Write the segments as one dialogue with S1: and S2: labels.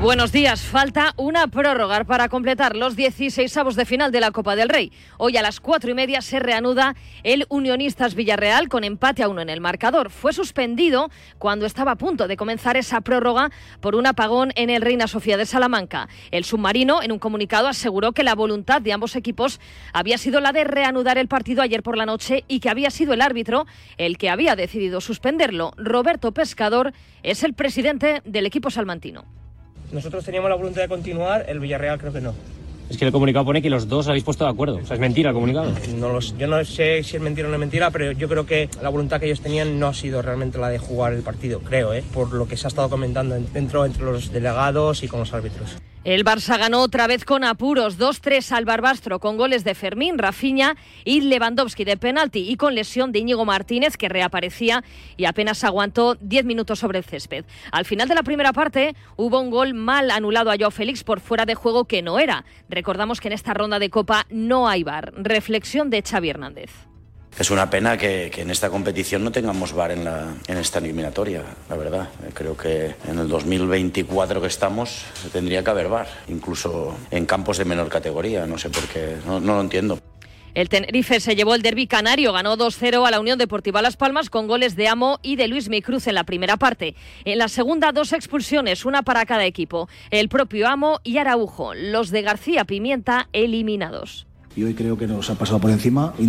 S1: Buenos días. Falta una prórroga para completar los 16 avos de final de la Copa del Rey. Hoy a las cuatro y media se reanuda el Unionistas Villarreal con empate a uno en el marcador. Fue suspendido cuando estaba a punto de comenzar esa prórroga por un apagón en el Reina Sofía de Salamanca. El submarino, en un comunicado, aseguró que la voluntad de ambos equipos había sido la de reanudar el partido ayer por la noche y que había sido el árbitro el que había decidido suspenderlo. Roberto Pescador es el presidente del equipo salmantino.
S2: Nosotros teníamos la voluntad de continuar, el Villarreal creo que no.
S3: Es que el comunicado pone que los dos habéis puesto de acuerdo. O sea, es mentira el comunicado.
S2: no los, yo no sé si es mentira o no es mentira, pero yo creo que la voluntad que ellos tenían no ha sido realmente la de jugar el partido, creo, ¿eh? por lo que se ha estado comentando en- dentro entre los delegados y con los árbitros.
S1: El Barça ganó otra vez con apuros 2-3 al Barbastro con goles de Fermín, Rafinha y Lewandowski de penalti y con lesión de Íñigo Martínez que reaparecía y apenas aguantó 10 minutos sobre el césped. Al final de la primera parte hubo un gol mal anulado a Joao Félix por fuera de juego que no era. Recordamos que en esta ronda de Copa no hay VAR. Reflexión de Xavi Hernández.
S4: Es una pena que, que en esta competición no tengamos VAR en, la, en esta eliminatoria, la verdad. Eh, Creo que en el 2024 que estamos tendría que haber VAR, incluso en campos de menor categoría, no sé por qué, no- no lo entiendo.
S1: El Tenerife se llevó el derby canario, ganó 2-0 a la Unión Deportiva Las Palmas con goles de Amo y de Luis Micruz en la primera parte. En la segunda, dos expulsiones, una para cada equipo. El propio Amo y Araujo, los de García Pimienta eliminados.
S5: Y hoy creo que nos ha pasado por encima. y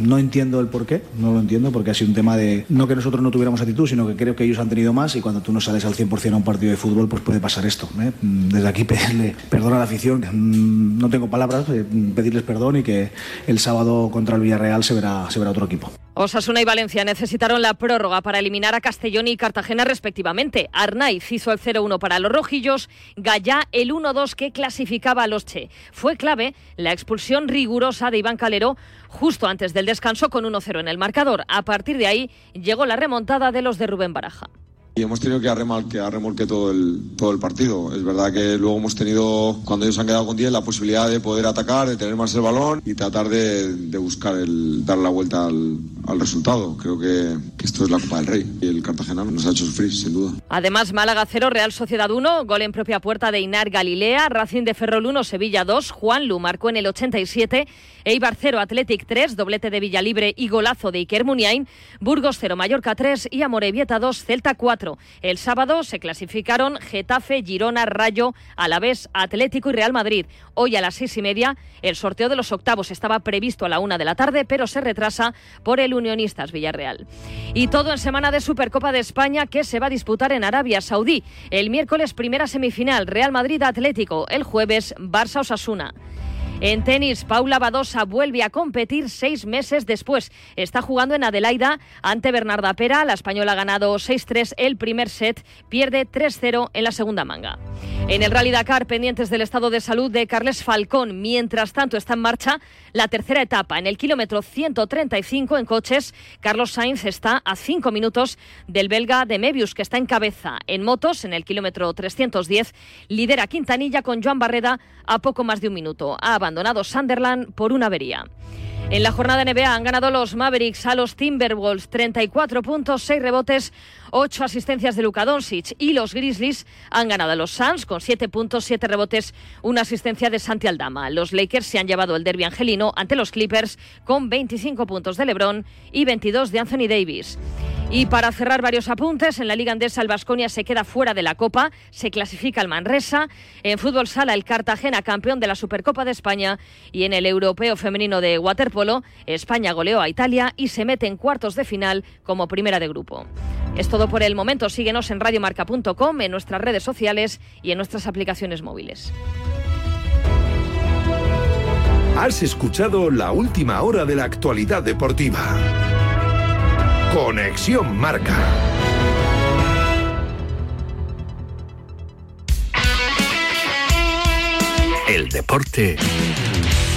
S5: No entiendo el por qué, no lo entiendo, porque ha sido un tema de no que nosotros no tuviéramos actitud, sino que creo que ellos han tenido más y cuando tú no sales al 100% a un partido de fútbol, pues puede pasar esto. ¿eh? Mm, Desde aquí pedirle perdón a la afición, mm, no tengo palabras, eh, mm, pedirles perdón y que el sábado contra el Villarreal se verá, se verá otro equipo.
S1: Osasuna y Valencia necesitaron la prórroga para eliminar a Castellón y Cartagena respectivamente. Arnaiz hizo el 0-1 para los rojillos, Gallá el 1-2 que clasificaba a los Che. Fue clave la expulsión rigurosa de Iván Calero justo antes del descanso con 1-0 en el marcador. A partir de ahí llegó la remontada de los de Rubén Baraja.
S6: Y hemos tenido que arremar, que arremolque todo el, todo el partido. Es verdad que luego hemos tenido, cuando ellos han quedado con 10, la posibilidad de poder atacar, de tener más el balón y tratar de, de buscar el, dar la vuelta al, al resultado. Creo que, que esto es la Copa del Rey y el Cartagena nos ha hecho sufrir, sin duda.
S1: Además, Málaga 0, Real Sociedad 1, gol en propia puerta de Inar Galilea, Racing de Ferrol 1, Sevilla 2, Juan Lu marcó en el 87, Eibar 0, Athletic 3, doblete de Villalibre y golazo de Iker Muniain, Burgos 0, Mallorca 3 y Amorebieta 2, Celta 4. El sábado se clasificaron Getafe, Girona, Rayo, Alavés, Atlético y Real Madrid. Hoy a las seis y media el sorteo de los octavos estaba previsto a la una de la tarde, pero se retrasa por el Unionistas Villarreal. Y todo en semana de Supercopa de España que se va a disputar en Arabia Saudí. El miércoles primera semifinal Real Madrid Atlético, el jueves Barça Osasuna. En tenis, Paula Badosa vuelve a competir seis meses después. Está jugando en Adelaida ante Bernarda Pera. La española ha ganado 6-3 el primer set, pierde 3-0 en la segunda manga. En el Rally Dakar, pendientes del estado de salud de Carles Falcón. Mientras tanto, está en marcha la tercera etapa. En el kilómetro 135 en coches, Carlos Sainz está a cinco minutos del belga de Mebius, que está en cabeza. En motos, en el kilómetro 310, lidera Quintanilla con Joan Barreda a poco más de un minuto. Ha abandonado Sunderland por una avería. En la jornada NBA han ganado los Mavericks a los Timberwolves 34 puntos, 6 rebotes, 8 asistencias de Luka Doncic y los Grizzlies han ganado a los Suns con 7 puntos, 7 rebotes, una asistencia de Santi Aldama. Los Lakers se han llevado el derby angelino ante los Clippers con 25 puntos de LeBron y 22 de Anthony Davis. Y para cerrar varios apuntes, en la Liga Andesa el Vasconia se queda fuera de la Copa, se clasifica el Manresa, en Fútbol Sala el Cartagena campeón de la Supercopa de España y en el Europeo Femenino de Waterpolo España goleó a Italia y se mete en cuartos de final como primera de grupo. Es todo por el momento, síguenos en radiomarca.com, en nuestras redes sociales y en nuestras aplicaciones móviles.
S7: Has escuchado la última hora de la actualidad deportiva. Conexión Marca.
S8: El deporte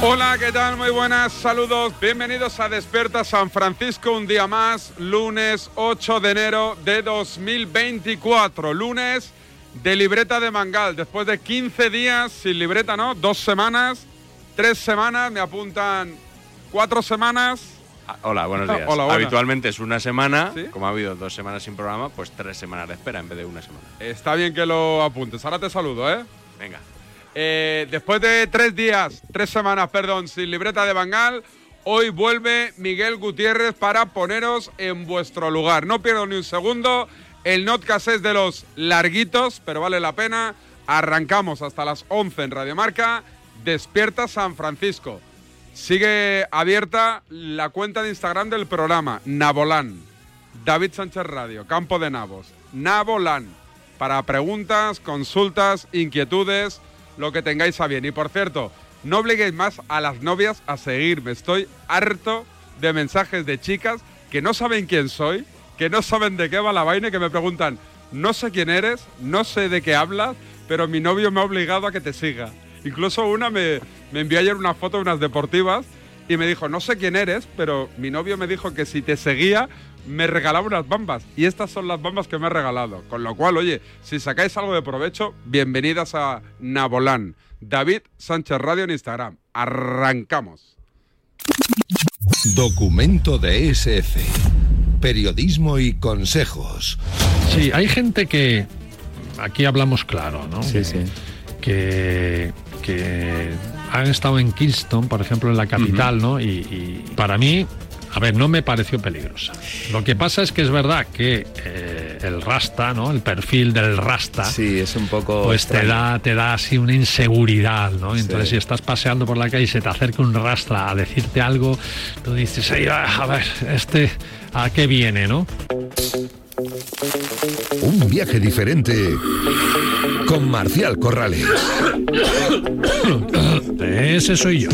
S9: Hola, ¿qué tal? Muy buenas, saludos. Bienvenidos a Desperta San Francisco, un día más, lunes 8 de enero de 2024, lunes de libreta de Mangal. Después de 15 días sin libreta, ¿no? Dos semanas, tres semanas, me apuntan cuatro semanas.
S10: Hola, buenos días.
S9: Ah, Hola, hola.
S10: Habitualmente es una semana, como ha habido dos semanas sin programa, pues tres semanas de espera en vez de una semana.
S9: Está bien que lo apuntes. Ahora te saludo, ¿eh?
S10: Venga.
S9: Eh, después de tres días, tres semanas, perdón, sin libreta de Bangal, hoy vuelve Miguel Gutiérrez para poneros en vuestro lugar. No pierdo ni un segundo. El notcast es de los larguitos, pero vale la pena. Arrancamos hasta las 11 en Radiomarca. Despierta San Francisco. Sigue abierta la cuenta de Instagram del programa, Nabolán. David Sánchez Radio, Campo de Nabos. Nabolán. Para preguntas, consultas, inquietudes lo que tengáis a bien. Y por cierto, no obliguéis más a las novias a seguirme. Estoy harto de mensajes de chicas que no saben quién soy, que no saben de qué va la vaina y que me preguntan, no sé quién eres, no sé de qué hablas, pero mi novio me ha obligado a que te siga. Incluso una me, me envió ayer una foto de unas deportivas y me dijo, no sé quién eres, pero mi novio me dijo que si te seguía me regalaba unas bambas. Y estas son las bambas que me ha regalado. Con lo cual, oye, si sacáis algo de provecho, bienvenidas a Nabolán. David Sánchez Radio en Instagram. Arrancamos.
S11: Documento de SF. Periodismo y consejos.
S5: Sí, hay gente que. Aquí hablamos claro, ¿no?
S12: Sí,
S5: que,
S12: sí.
S5: Que, que han estado en Kingston, por ejemplo, en la capital, ¿no? Y, y para mí, a ver, no me pareció peligrosa. Lo que pasa es que es verdad que eh, el rasta, ¿no? El perfil del rasta.
S12: Sí, es un poco.
S5: Pues te
S12: extraño.
S5: da, te da así una inseguridad, ¿no? Entonces,
S12: Sí.
S5: si estás paseando por la calle y se te acerca un rastra a decirte algo, tú dices, "Ay, a ver, este, ¿a qué viene, no?
S11: Un viaje diferente con Marcial Corrales.
S5: Ese soy yo.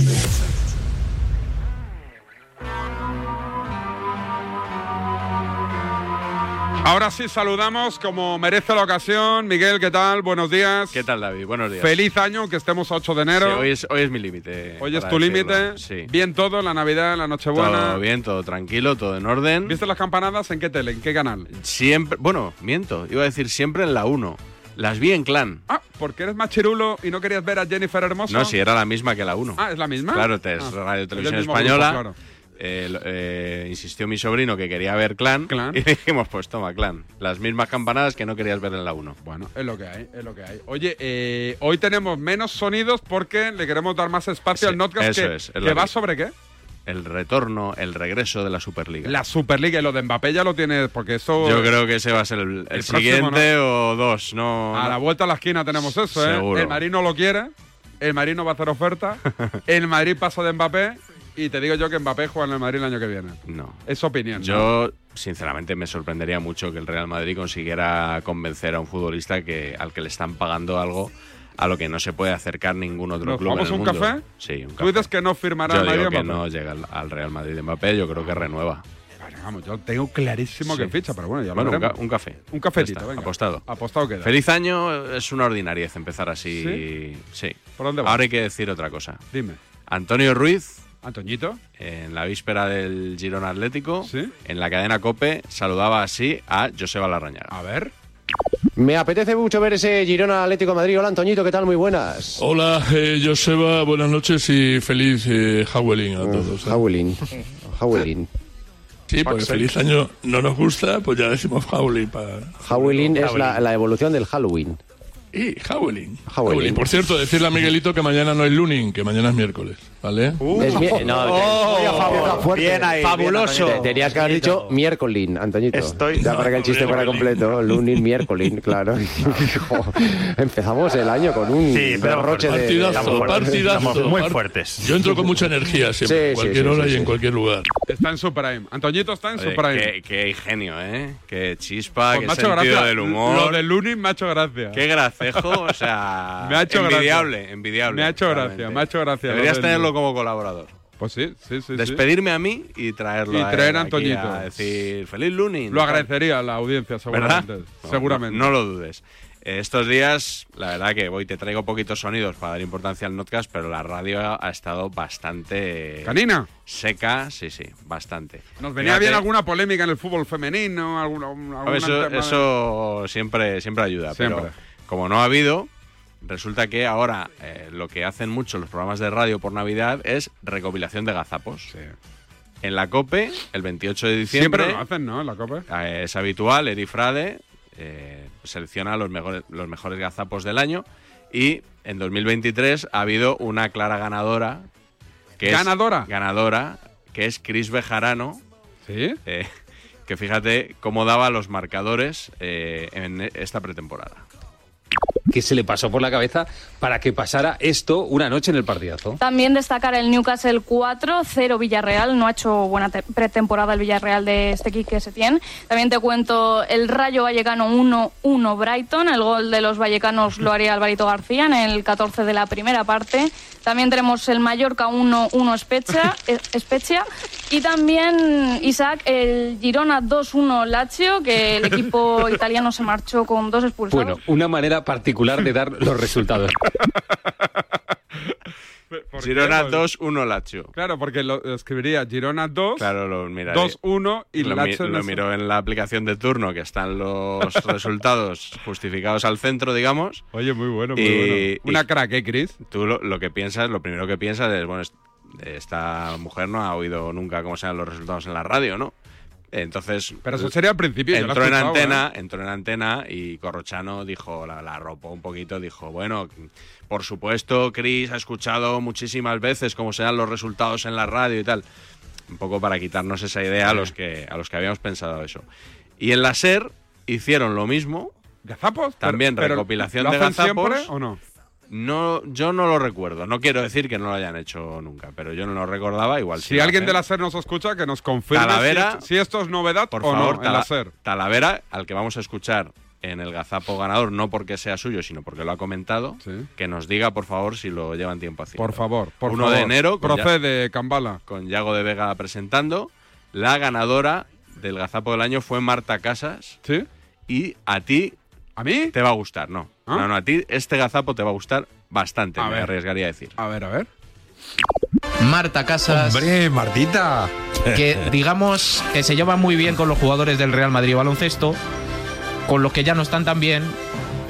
S9: Ahora sí saludamos como merece la ocasión. Miguel, ¿qué tal? Buenos días.
S10: ¿Qué tal, David? Buenos días.
S9: Feliz año, que estemos a 8 de
S10: Sí,
S9: enero.
S10: hoy, es, hoy es mi límite.
S9: Hoy es
S10: para
S9: tu
S10: decirlo.
S9: límite.
S10: Sí.
S9: Bien todo, la Navidad, la Nochebuena.
S10: Todo bien, todo tranquilo, todo en orden.
S9: ¿Viste las campanadas en qué tele, en qué canal?
S10: Siempre, bueno, miento, iba a decir siempre en la 1. Las vi en clan.
S9: Ah, porque eres más chirulo y no querías ver a Jennifer Hermoso.
S10: No, si era la misma que la 1.
S9: Ah, ¿es la misma?
S10: Claro, te- es
S9: Ah,
S10: Radio
S9: es del
S10: Televisión
S9: mismo
S10: Española.
S9: grupo, claro.
S10: Eh, lo- eh, insistió mi sobrino que quería ver Clan, y dijimos, pues toma, Clan. Las mismas campanadas que no querías ver en la 1.
S9: Bueno, es lo que hay, es lo que hay. Oye, eh, hoy tenemos menos sonidos porque le queremos dar más espacio al Notcast
S10: eso
S9: que,
S10: es, es
S9: que
S10: lo que-
S9: va sobre qué?
S10: El retorno, el regreso de la Superliga.
S9: La Superliga y lo de Mbappé ya lo tienes porque eso
S10: Yo creo que ese va a ser el, el
S9: próximo,
S10: siguiente o dos, no.
S9: a la vuelta a la esquina tenemos eso, ¿eh?
S10: Seguro.
S9: El Madrid no lo quiere, el Madrid no va a hacer oferta, el Madrid pasa de Mbappé y te digo yo que Mbappé juega en el Madrid el año que viene.
S10: No.
S9: Es opinión. ¿no?
S10: Yo, sinceramente, me sorprendería mucho que el Real Madrid consiguiera convencer a un futbolista que, al que le están pagando algo a lo que no se puede acercar ningún otro
S9: ¿Nos
S10: club. en
S9: vamos
S10: el
S9: a un
S10: mundo.
S9: café?
S10: Sí, un
S9: Tú
S10: café.
S9: dices que no firmará
S10: Yo
S9: el Madrid
S10: digo
S9: a
S10: que
S9: Mbappé.
S10: no llega al, al Real Madrid de Mbappé, yo creo que renueva.
S9: Vamos, yo tengo clarísimo que
S10: Sí.
S9: ficha, pero bueno, ya lo
S10: Bueno, un,
S9: veremos.
S10: ca- un café.
S9: Un
S10: Ya
S9: cafetito,
S10: está,
S9: venga.
S10: Apostado.
S9: Apostado queda.
S10: Feliz año, es una ordinariez empezar así. Sí.
S9: ¿Por dónde vas?
S10: Ahora hay que decir otra cosa.
S9: Dime.
S10: Antonio Ruiz,
S9: Antoñito.
S10: en la víspera del Girón Atlético, en la cadena COPE, saludaba así a Joseba Larrañaga.
S9: A ver.
S13: Me apetece mucho ver ese Girona Atlético de Madrid. Hola Antoñito, ¿qué tal? Muy buenas.
S14: Hola, eh, Joseba, buenas noches y feliz eh, Halloween a
S12: Ah,
S14: todos.
S13: Howling. Howling.
S14: Sí, porque feliz año no nos gusta, pues ya decimos Howling para...
S13: Howling es la, la evolución del Halloween.
S14: Y Howling. Howling. Por cierto, decirle a Miguelito que mañana no es Lunin, que mañana es miércoles. ¿Vale?
S15: Uh.
S12: Es mi- Eh,
S15: Eh,
S12: no, te-
S15: bien ahí, bien,
S12: Fabuloso.
S15: Antoñito.
S12: Tenías que haber dicho miércoles, Antoñito. Estoy. Ya para que el chiste fuera completo. Lunin, miércoles, claro. Hijo, Empezamos el año con un
S15: Sí, pero
S12: Mm, derroche de.
S14: Partidazo, partidazo.
S15: muy
S14: Part-
S15: fuertes.
S14: Yo entro con mucha energía siempre,
S12: Sí,
S14: en
S12: sí,
S14: cualquier
S12: sí,
S14: hora
S12: sí,
S14: y
S12: sí.
S14: en cualquier lugar.
S9: Está en su prime. Antoñito está en su
S10: Oye,
S9: prime.
S10: qué, qué genio, ¿eh? Qué chispa,
S9: Pues
S10: qué
S9: me ha hecho
S10: sentido
S9: gracia.
S10: del humor.
S9: Lo de Lunin me ha hecho gracia.
S10: Qué gracejo, o sea.
S9: Me ha hecho gracia.
S10: envidiable, envidiable.
S9: Me ha hecho
S10: realmente.
S9: gracia, me ha hecho gracia. lo
S10: Deberías
S9: del-
S10: tenerlo como colaborador.
S9: Pues sí, sí, sí.
S10: Despedirme a mí y traerlo
S9: Y
S10: a él
S9: traer a
S10: aquí
S9: Antoñito.
S10: A decir, feliz lunes.
S9: Lo agradecería la audiencia, seguramente.
S10: ¿Verdad? No,
S9: Seguramente.
S10: No, no lo dudes. Eh, Estos días, la verdad que voy, te traigo poquitos sonidos para dar importancia al notcast, pero la radio ha estado bastante.
S9: Canina.
S10: Seca, sí, sí, bastante.
S9: Nos venía
S10: Fíjate,
S9: bien alguna polémica en el fútbol femenino, alguna. un-
S10: a ver,
S9: alguna
S10: Eso,
S9: tema de-
S10: eso siempre, siempre ayuda,
S9: Siempre.
S10: pero como no ha habido, resulta que ahora eh, lo que hacen mucho los programas de radio por Navidad es recopilación de gazapos. En la COPE, el 28 de diciembre.
S9: Siempre lo hacen, ¿no? En la Copa.
S10: Eh, es habitual, Erifrade eh, selecciona los mejores, los mejores gazapos del año y en 2023 ha habido una clara ganadora. Que
S9: ¿Ganadora?
S10: Es, ganadora, que es Cris Bejarano. Eh,
S9: ¿Sí?
S10: que fíjate cómo daba los marcadores eh, en esta pretemporada.
S16: ¿Qué se le pasó por la cabeza para que pasara esto una noche en el partidazo?
S17: También destacar el Newcastle 4-0 Villarreal. No ha hecho buena te- pretemporada el Villarreal de este Quique Setién. También te cuento el Rayo Vallecano 1-1 Brighton. El gol de los vallecanos lo haría Alvarito García en el 14 de la primera parte. También tenemos el Mallorca 1-1 Spezia, eh, Spezia. Y también, Isaac, el Girona 2-1 Lazio, que el equipo italiano se marchó con dos expulsados.
S16: Bueno, una manera particular de dar los resultados.
S10: Girona 2-1 Lazio.
S9: Claro, porque lo escribiría Girona 2,
S10: Claro, lo miraré.
S9: 2-1 y
S10: lo, mi-
S9: Lazio en
S10: lo
S9: ese-
S10: miró en la aplicación de turno que están los resultados justificados al centro, digamos.
S9: Oye, muy bueno, muy bueno. Una crack, ¿eh, Chris?
S10: Tú lo, lo que piensas, lo primero que piensas es, bueno, es- esta mujer no ha oído nunca cómo sean los resultados en la radio, ¿no? Entonces.
S9: Pero eso sería al principio, yo lo he
S10: Entró en
S9: escuchado, ¿eh?
S10: antena, entró en antena y Corrochano dijo, la, la arropó un poquito, dijo, bueno, por supuesto, Chris ha escuchado muchísimas veces cómo sean los resultados en la radio y tal. Un poco para quitarnos esa idea a los que, a los que habíamos pensado eso. Y en la SER hicieron lo mismo.
S9: ¿Gazapos?
S10: También
S9: Pero- pero
S10: recopilación
S9: ¿lo
S10: de
S9: hacen
S10: gazapos.
S9: siempre o no?
S10: No, yo no lo recuerdo. No quiero decir que no lo hayan hecho nunca, pero yo no lo recordaba. Igual
S9: Si alguien de la SER nos escucha, que nos confirme
S10: Talavera,
S9: si, si esto es novedad
S10: por
S9: o
S10: favor,
S9: no en
S10: Tala-
S9: la SER.
S10: Talavera, al que vamos a escuchar en el gazapo ganador, no porque sea suyo, sino porque lo ha comentado, que nos diga, por favor, si lo llevan tiempo haciendo.
S9: Por favor, por
S10: 1
S9: favor.
S10: de enero, con ya-
S9: Procede, Cambala.
S10: con Yago de Vega presentando. La ganadora del gazapo del año fue Marta Casas.
S9: ¿Sí?
S10: Y a ti.
S9: ¿A mí?
S10: Te va a gustar, no.
S9: ¿Ah?
S10: No, no, a ti este gazapo te va a gustar bastante,
S9: A
S10: me
S9: ver.
S10: arriesgaría a decir.
S9: A ver, a ver.
S18: Marta Casas.
S10: Hombre,
S18: Martita. Que digamos que se lleva muy bien con los jugadores del Real Madrid baloncesto, con los que ya no están tan bien.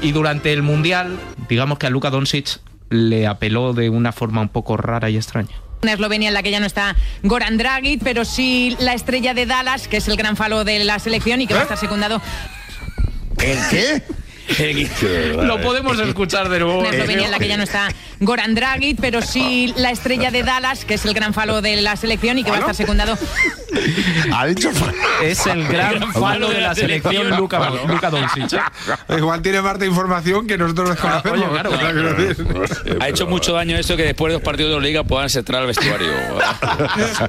S18: Y durante el Mundial, digamos que a Luka Doncic le apeló de una forma un poco rara y extraña.
S19: Una Eslovenia en la que ya no está Goran Dragic, pero sí la estrella de Dallas, que es el gran falo de la selección y que va a estar secundado.
S18: ¿El qué? Lo podemos escuchar de nuevo.
S19: Una Eslovenia en la que ya no está Goran Dragic, pero sí la estrella de Dallas, que es el gran falo de la selección y que va a estar secundado.
S18: Es el gran falo de la selección Luca, Luca Doncic.
S20: Igual Eh, tiene más de información que nosotros desconocemos.
S21: Ha hecho mucho daño eso que después de los partidos de la liga puedan entrar al vestuario.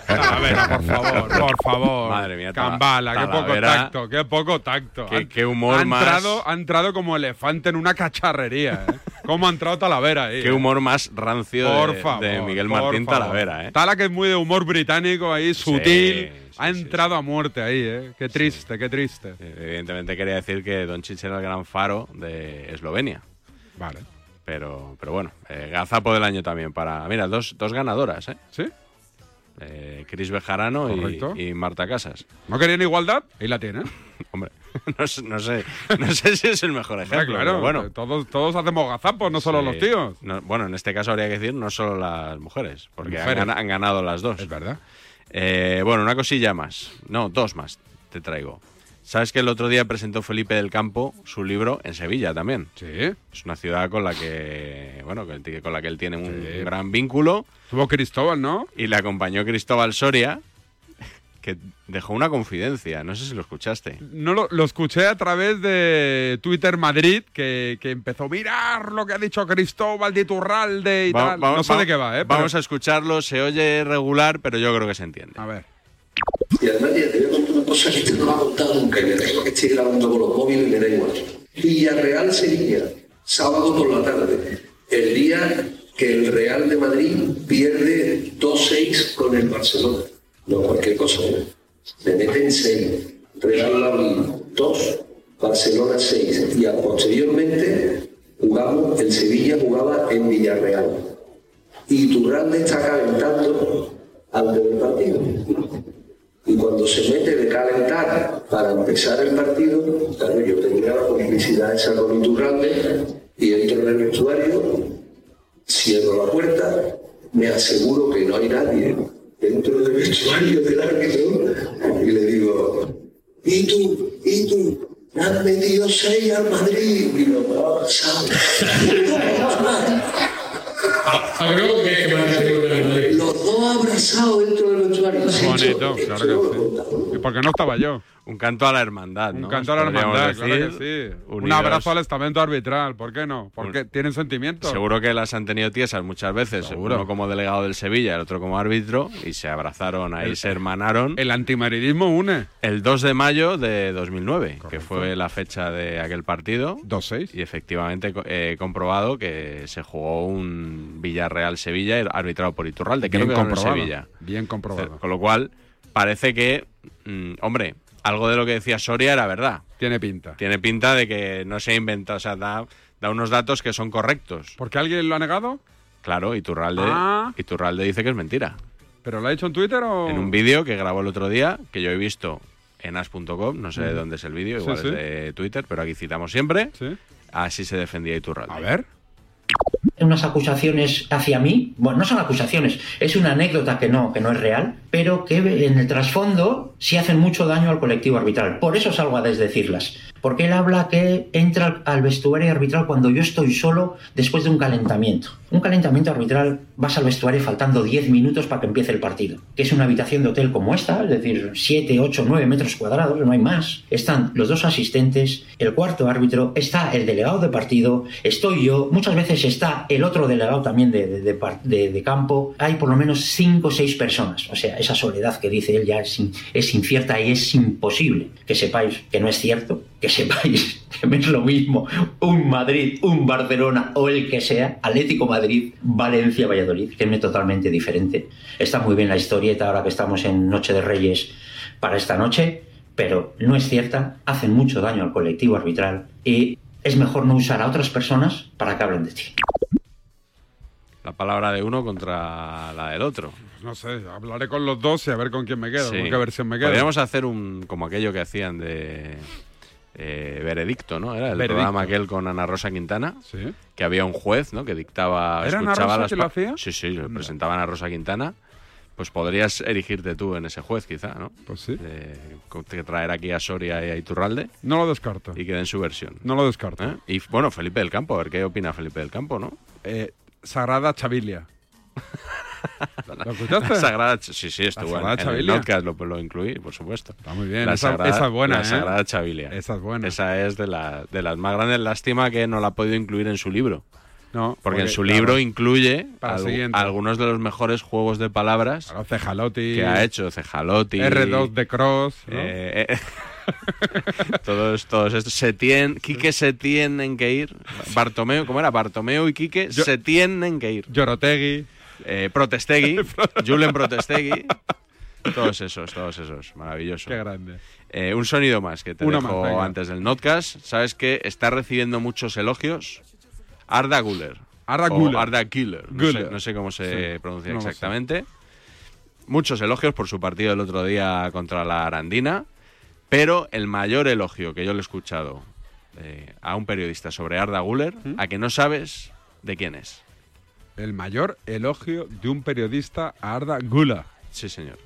S9: A ver, por favor, por favor.
S10: Madre mía, Tala-
S9: Cambala, qué poco
S10: Talavera.
S9: tacto, qué poco tacto.
S10: Qué-
S9: Han-
S10: qué humor
S9: ha
S10: más-
S9: entrado, ha entrado como elefante en una cacharrería, ¿eh? Cómo ha entrado Talavera ahí.
S10: Qué
S9: eh.
S10: humor más rancio de-
S9: Por
S10: de,
S9: favor,
S10: Miguel
S9: por
S10: Martín
S9: favor.
S10: Talavera, ¿eh?
S9: Tala que es muy de humor británico ahí, sutil. ha entrado a muerte ahí, ¿eh? Qué triste, qué triste.
S10: Eh, Evidentemente quería decir que Doncic era el gran faro de Eslovenia.
S9: Vale.
S10: Pero, pero bueno, eh, gazapo del año también para... Mira, dos, dos ganadoras, ¿eh?
S9: ¿Sí?
S10: Cris Bejarano y,
S9: Correcto.
S10: y Marta Casas.
S9: ¿No querían igualdad? Ahí la tienen.
S10: Hombre, no, sé- no sé, no sé si es el mejor ejemplo.
S9: claro,
S10: pero bueno,
S9: todos, todos hacemos gazapos, no solo
S10: Sí.
S9: los tíos.
S10: No, bueno, en este caso habría que decir no solo las mujeres, porque han,
S9: Mujeres.
S10: gana- han ganado las dos. Eh, Es
S9: verdad.
S10: bueno, una cosilla más. No, dos más te traigo. ¿Sabes que el otro día presentó Felipe del Campo su libro en Sevilla también? Sí. Es una ciudad con la que, bueno, con con la que él tiene un
S9: Sí.
S10: gran vínculo.
S9: Tuvo Cristóbal, ¿no?
S10: Y le acompañó Cristóbal Soria, que dejó una confidencia. No sé si lo escuchaste.
S9: No lo, lo escuché a través de Twitter Madrid, que, que empezó a mirar lo que ha dicho Cristóbal de Iturralde y
S10: Va-
S9: tal.
S10: va-
S9: no sé
S10: va-
S9: de qué va, ¿eh?
S10: Vamos a escucharlo, se oye regular, pero yo creo que se entiende.
S9: A ver.
S6: Y además mira, te voy a contar una cosa que este no me ha contado nunca, que tengo que estoy grabando con los móviles y me da igual. Villarreal Sevilla, sábado por la tarde, el día que el Real de Madrid pierde 2-6 con el Barcelona. No, cualquier cosa, ¿eh? Le meten 6. Real Madrid 2, Barcelona 6. Y a- posteriormente jugamos, el Sevilla jugaba en Villarreal. Y Turralde está calentando antes del partido. Y cuando se mete de calentar para empezar el partido, claro, yo tenía la complicidad esa con Iturralde y entro en el vestuario, cierro la puerta, me aseguro que no hay nadie dentro del vestuario del árbitro y le digo, ¿y tú? ¿y tú? Me han metido seis al Madrid y lo "Ah, Los dos abrazados dentro del vestuario. Sí,
S9: Bonito, claro que sí. ¿Y por qué no estaba yo?
S10: Un canto a la hermandad,
S9: Un
S10: ¿no?
S9: canto a la
S10: Podríamos
S9: hermandad, claro
S10: decir,
S9: que sí. Un
S10: unidos.
S9: abrazo al estamento arbitral, ¿por qué no? Porque tienen sentimientos.
S10: Seguro que las han tenido tiesas muchas veces, uno como delegado del Sevilla, el otro como árbitro, y se abrazaron, ahí
S9: El-
S10: se hermanaron.
S9: El antimaridismo une.
S10: El 2 de mayo de 2009, que fue la fecha de aquel partido.
S9: 2-6.
S10: Y efectivamente co- he comprobado que se jugó un Villarreal-Sevilla arbitrado por Iturralde, creo
S9: Bien
S10: que ganó el
S9: comprobado,
S10: Sevilla.
S9: Bien comprobado.
S10: Con lo cual, parece que, mm, hombre, algo de lo que decía Soria era verdad.
S9: Tiene pinta.
S10: Tiene pinta de que no se ha inventado, o sea, da, da unos datos que son correctos.
S9: ¿Por qué alguien lo ha negado?
S10: Claro, Iturralde,
S9: Ah.
S10: Iturralde dice que es mentira.
S9: ¿Pero lo ha hecho en Twitter o...?
S10: En un vídeo que grabó el otro día, que yo he visto en as.com, no sé de
S9: Ujú.
S10: dónde es el vídeo,
S9: Sí,
S10: igual
S9: sí.
S10: es de Twitter, pero aquí citamos siempre.
S9: Sí.
S10: Así se defendía Iturralde. A
S9: ver.
S2: unas acusaciones hacia mí, bueno, no son acusaciones, es una anécdota que no, que no es real, pero que en el trasfondo sí hacen mucho daño al colectivo arbitral. Por eso salgo a desdecirlas. Porque él habla que entra al vestuario arbitral cuando yo estoy solo después de un calentamiento. Un calentamiento arbitral vas al vestuario faltando 10 minutos para que empiece el partido, que es una habitación de hotel como esta, es decir, 7, 8, 9 metros cuadrados, no hay más. Están los dos asistentes, el cuarto árbitro, está el delegado de partido, estoy yo, muchas veces está el otro delegado también de, de- de par- de- de campo, hay por lo menos 5 o 6 personas. O sea, esa soledad que dice él ya es, in- es incierta y es imposible que sepáis que no es cierto, que sepáis que me es lo mismo un Madrid, un Barcelona o el que sea, Atlético Madrid, Valencia, Valladolid, que es totalmente diferente. Está muy bien la historieta ahora que estamos en Noche de Reyes para esta noche, pero no es cierta, hacen mucho daño al colectivo arbitral y es mejor no usar a otras personas para que hablen de ti.
S10: La palabra de uno contra la del otro.
S9: Pues no sé, hablaré con los dos y a ver con quién me quedo,
S10: Sí.
S9: con qué versión me quedo.
S10: Podríamos hacer un como aquello que hacían de eh, veredicto, ¿no? Era el
S9: Veredicto.
S10: programa aquel con Ana Rosa Quintana,
S9: Sí.
S10: que había un juez, ¿no? Que dictaba,
S9: ¿Era Ana
S10: escuchaba
S9: Rosa
S10: las
S9: que lo
S10: pa-
S9: hacía?
S10: Sí, sí, lo presentaba Ana Rosa Quintana. Pues podrías erigirte tú en ese juez, quizá, ¿no?
S9: Pues sí.
S10: que traer aquí a Soria y a Iturralde.
S9: No lo descarto.
S10: Y que den su versión.
S9: No lo descarto.
S10: ¿Eh? Y bueno, Felipe del Campo, a ver qué opina Felipe del Campo, ¿no?
S9: Eh, Sagrada Chavilia. ¿Lo escuchaste?
S10: La Sagrada, Ch- sí, sí, estuvo en,
S9: Sagrada
S10: en el
S9: Chavilia.
S10: podcast, lo, lo incluí, por supuesto. Está
S9: muy bien, esa- esa es buena,
S10: La
S9: ¿eh?
S10: Sagrada Chavilia. Esa es buena. Esa es de, la- de las más grandes. Lástima que no la ha podido incluir en su libro.
S9: No,
S10: Porque, en su
S9: claro,
S10: libro incluye
S9: Para
S10: algu-
S9: siguiente.
S10: algunos de los mejores juegos de palabras
S9: Cejalotti.
S10: que ha hecho Cejalotti.
S9: R2 de Cross. ¿no?
S10: eh, eh, todos, todos estos. Setién, Quique se tienen que ir. Bartomeu, ¿cómo era? Bartomeu y Quique se tienen que ir. Eh,
S9: Yorotegui.
S10: Protestegui. Julen Protestegui. Todos esos, todos esos. Maravilloso.
S9: Qué grande.
S10: Eh, un sonido más que te
S9: Uno
S10: dejo
S9: más, venga.
S10: antes del notcast. Sabes que está recibiendo muchos elogios Arda Guller.
S9: Arda
S10: O
S9: Güler.
S10: Arda Güler. No,
S9: Güler.
S10: Sé, no sé cómo se
S9: Sí,
S10: pronuncia
S9: no lo sé.
S10: exactamente. Muchos elogios por su partido el otro día contra la Arandina. Pero el mayor elogio que yo le he escuchado eh, a un periodista sobre Arda Guller, a que no sabes de quién es.
S9: ¿Mm? El mayor elogio de un periodista a Arda Gula.
S10: Sí, señor.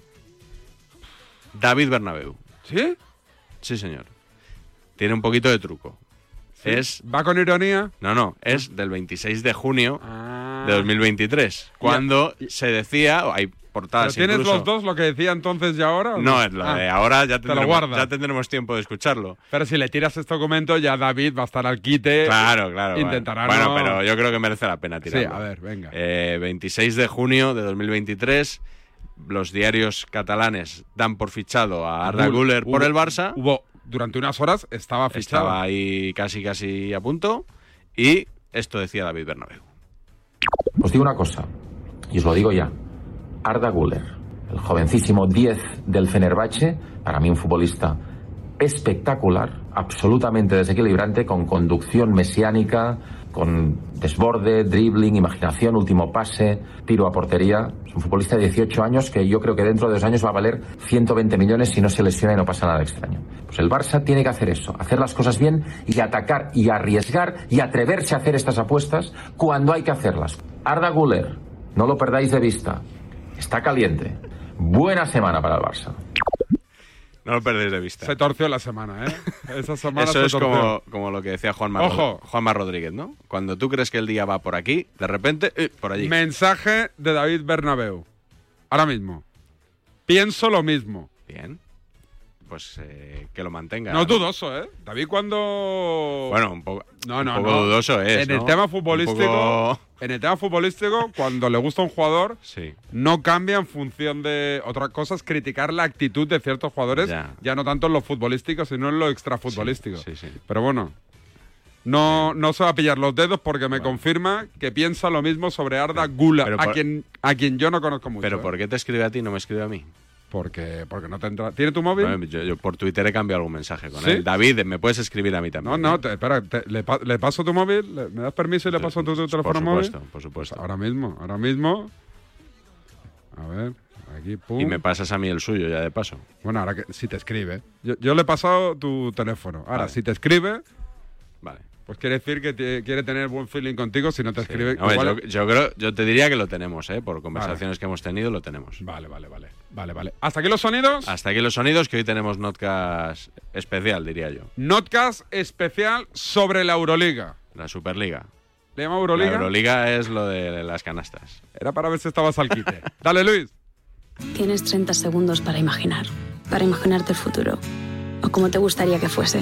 S10: David Bernabeu.
S9: ¿Sí?
S10: Sí, señor. tiene un poquito de truco. Es,
S9: ¿Va con ironía?
S10: no, no, es del 26 de junio
S9: Ah.
S10: de 2023, cuando se decía, o hay
S9: ¿Pero
S10: portadas
S9: tienes
S10: incluso-
S9: los dos, lo que decía entonces y ahora? o
S10: No, es la de
S9: Ah,
S10: ahora ya
S9: te lo
S10: tendremos,
S9: guardas.
S10: ya tendremos tiempo de escucharlo.
S9: Pero si le tiras este documento, ya David va a estar al quite.
S10: Claro, claro. vale.
S9: Intentará
S10: Bueno,
S9: no-
S10: pero yo creo que merece la pena
S9: Sí,
S10: tirarlo.
S9: a ver, venga.
S10: Eh, 26 de junio de 2023, los diarios catalanes dan por fichado a Arda
S9: Hubo-
S10: Güler por
S9: hubo-
S10: el Barça.
S9: Hubo, durante unas horas estaba fichado.
S10: Estaba ahí casi, casi a punto. Y esto decía David Bernabéu.
S13: Os digo una cosa, y os lo digo ya. Arda Güler, el jovencísimo 10 del Fenerbahce, para mí un futbolista espectacular, absolutamente desequilibrante, con conducción mesiánica, con desborde, dribbling, imaginación, último pase, tiro a portería. Es un futbolista de 18 años que yo creo que dentro de dos años va a valer 120 millones si no se lesiona y no pasa nada extraño. Pues el Barça tiene que hacer eso, hacer las cosas bien y atacar y arriesgar y atreverse a hacer estas apuestas cuando hay que hacerlas. Arda Güler, no lo perdáis de vista. Está caliente. Buena semana para el Barça.
S10: No lo perdéis de vista.
S9: Se torció la semana, ¿eh? Esa semana
S10: Eso
S9: se
S10: es
S9: torció.
S10: como, como lo que decía Juanma,
S9: Ojo.
S10: Rod- Juanma Rodríguez, ¿no? Cuando tú crees que el día va por aquí, de repente, eh, por allí.
S9: Mensaje de David Bernabeu. Ahora mismo. Pienso lo mismo.
S10: Bien. Pues eh, que lo mantenga.
S9: No es dudoso, ¿eh? David cuando...
S10: Bueno, un poco,
S9: No, no,
S10: un poco
S9: no.
S10: dudoso es.
S9: En
S10: ¿no?
S9: el tema
S10: Un
S9: futbolístico,
S10: poco-
S9: en el tema futbolístico, cuando le gusta un jugador,
S10: Sí.
S9: no cambia en función de otra cosa es criticar la actitud de ciertos jugadores, ya,
S10: Ya.
S9: no tanto en lo futbolístico, sino en lo extrafutbolístico. Pero bueno, no, no se va a pillar los dedos porque me confirma que piensa lo mismo sobre Arda Gula,
S10: pero
S9: a
S10: por-
S9: quien a quien yo no conozco mucho. ¿eh?
S10: Pero ¿por qué te escribe a ti y no me escribe a mí?
S9: Porque, porque no tendrá. ¿Tiene tu móvil?
S10: yo, yo por Twitter he cambiado algún mensaje con
S9: ¿Sí?
S10: él. David, me puedes escribir a mí también.
S9: No, no, te- espera, te- le, pa- le paso tu móvil, le- me das permiso y le paso tu, tu
S10: por
S9: teléfono móvil.
S10: supuesto, por supuesto.
S9: Ahora mismo, ahora mismo. A ver, aquí, pum.
S10: Y me pasas a mí el suyo ya de paso.
S9: Bueno, ahora que si te escribe. Yo, yo le he pasado tu teléfono. Ahora,
S10: Vale.
S9: si te escribe.
S10: Vale.
S9: Pues quiere decir que te- quiere tener buen feeling contigo si no te escribe.
S10: Hombre,
S9: igual-
S10: yo, yo creo, yo te diría que lo tenemos, ¿eh? Por conversaciones que hemos tenido, lo tenemos.
S9: Vale, vale, vale. Vale, vale. Hasta aquí los sonidos.
S10: Hasta aquí los sonidos, que hoy tenemos notcast especial, diría yo.
S9: Notcast especial sobre la Euroliga.
S10: La Superliga.
S9: ¿Le llama Euroliga?
S10: La Euroliga es lo de las canastas.
S9: Era para ver si estabas al quite. Dale, Luis.
S22: Tienes 30 segundos para imaginar, para imaginarte el futuro, o como te gustaría que fuese,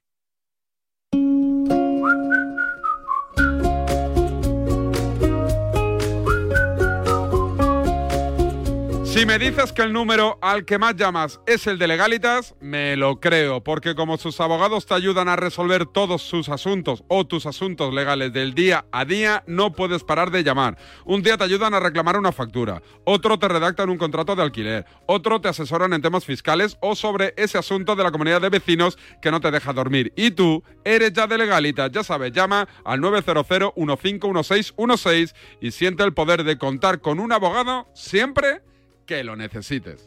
S9: Si me dices que el número al que más llamas es el de Legalitas, me lo creo, porque como sus abogados te ayudan a resolver todos sus asuntos o tus asuntos legales del día a día, no puedes parar de llamar. Un día te ayudan a reclamar una factura, otro te redactan un contrato de alquiler, otro te asesoran en temas fiscales o sobre ese asunto de la comunidad de vecinos que no te deja dormir. Y tú eres ya de Legalitas, ya sabes, llama al 900 151616 y siente el poder de contar con un abogado siempre que lo necesites.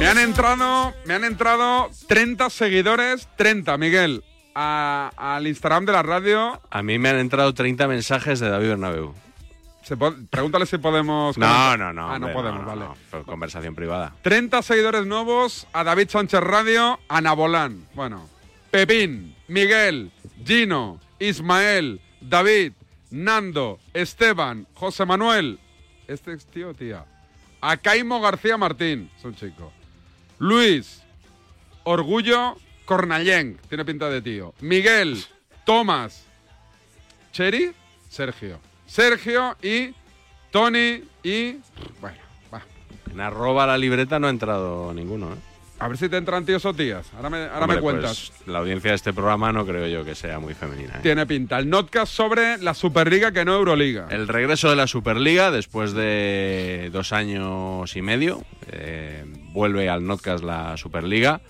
S9: Me han entrado, me han entrado 30 seguidores, 30, Miguel, a- al Instagram de la radio.
S10: A mí me han entrado 30 mensajes de David Bernabeu.
S9: Se po- pregúntale si podemos.
S10: No,
S9: comentar.
S10: no, no.
S9: Ah, no
S10: hombre,
S9: podemos, vale.
S10: no, pero conversación privada.
S9: 30 seguidores nuevos a David Sánchez Radio, Ana Bolán, bueno, Pepín, Miguel, Gino, Ismael, David, Nando, Esteban, José Manuel, este es tío o tía, Acaimo García Martín, es un chico, Luis, Orgullo Cornallén, tiene pinta de tío, Miguel, Tomás, Cheri, Sergio, Sergio y Tony y, bueno, va.
S10: En arroba la libreta no ha entrado ninguno, ¿eh?
S9: A ver si te entran tíos o tías. Ahora me, ahora me
S10: Hombre,
S9: cuentas.
S10: pues, la audiencia de este programa no creo yo que sea muy femenina. ¿eh?
S9: Tiene pinta. El notcast sobre la Superliga que no Euroliga.
S10: El regreso de la Superliga después de dos años y medio. eh, vuelve al Notcast la Superliga.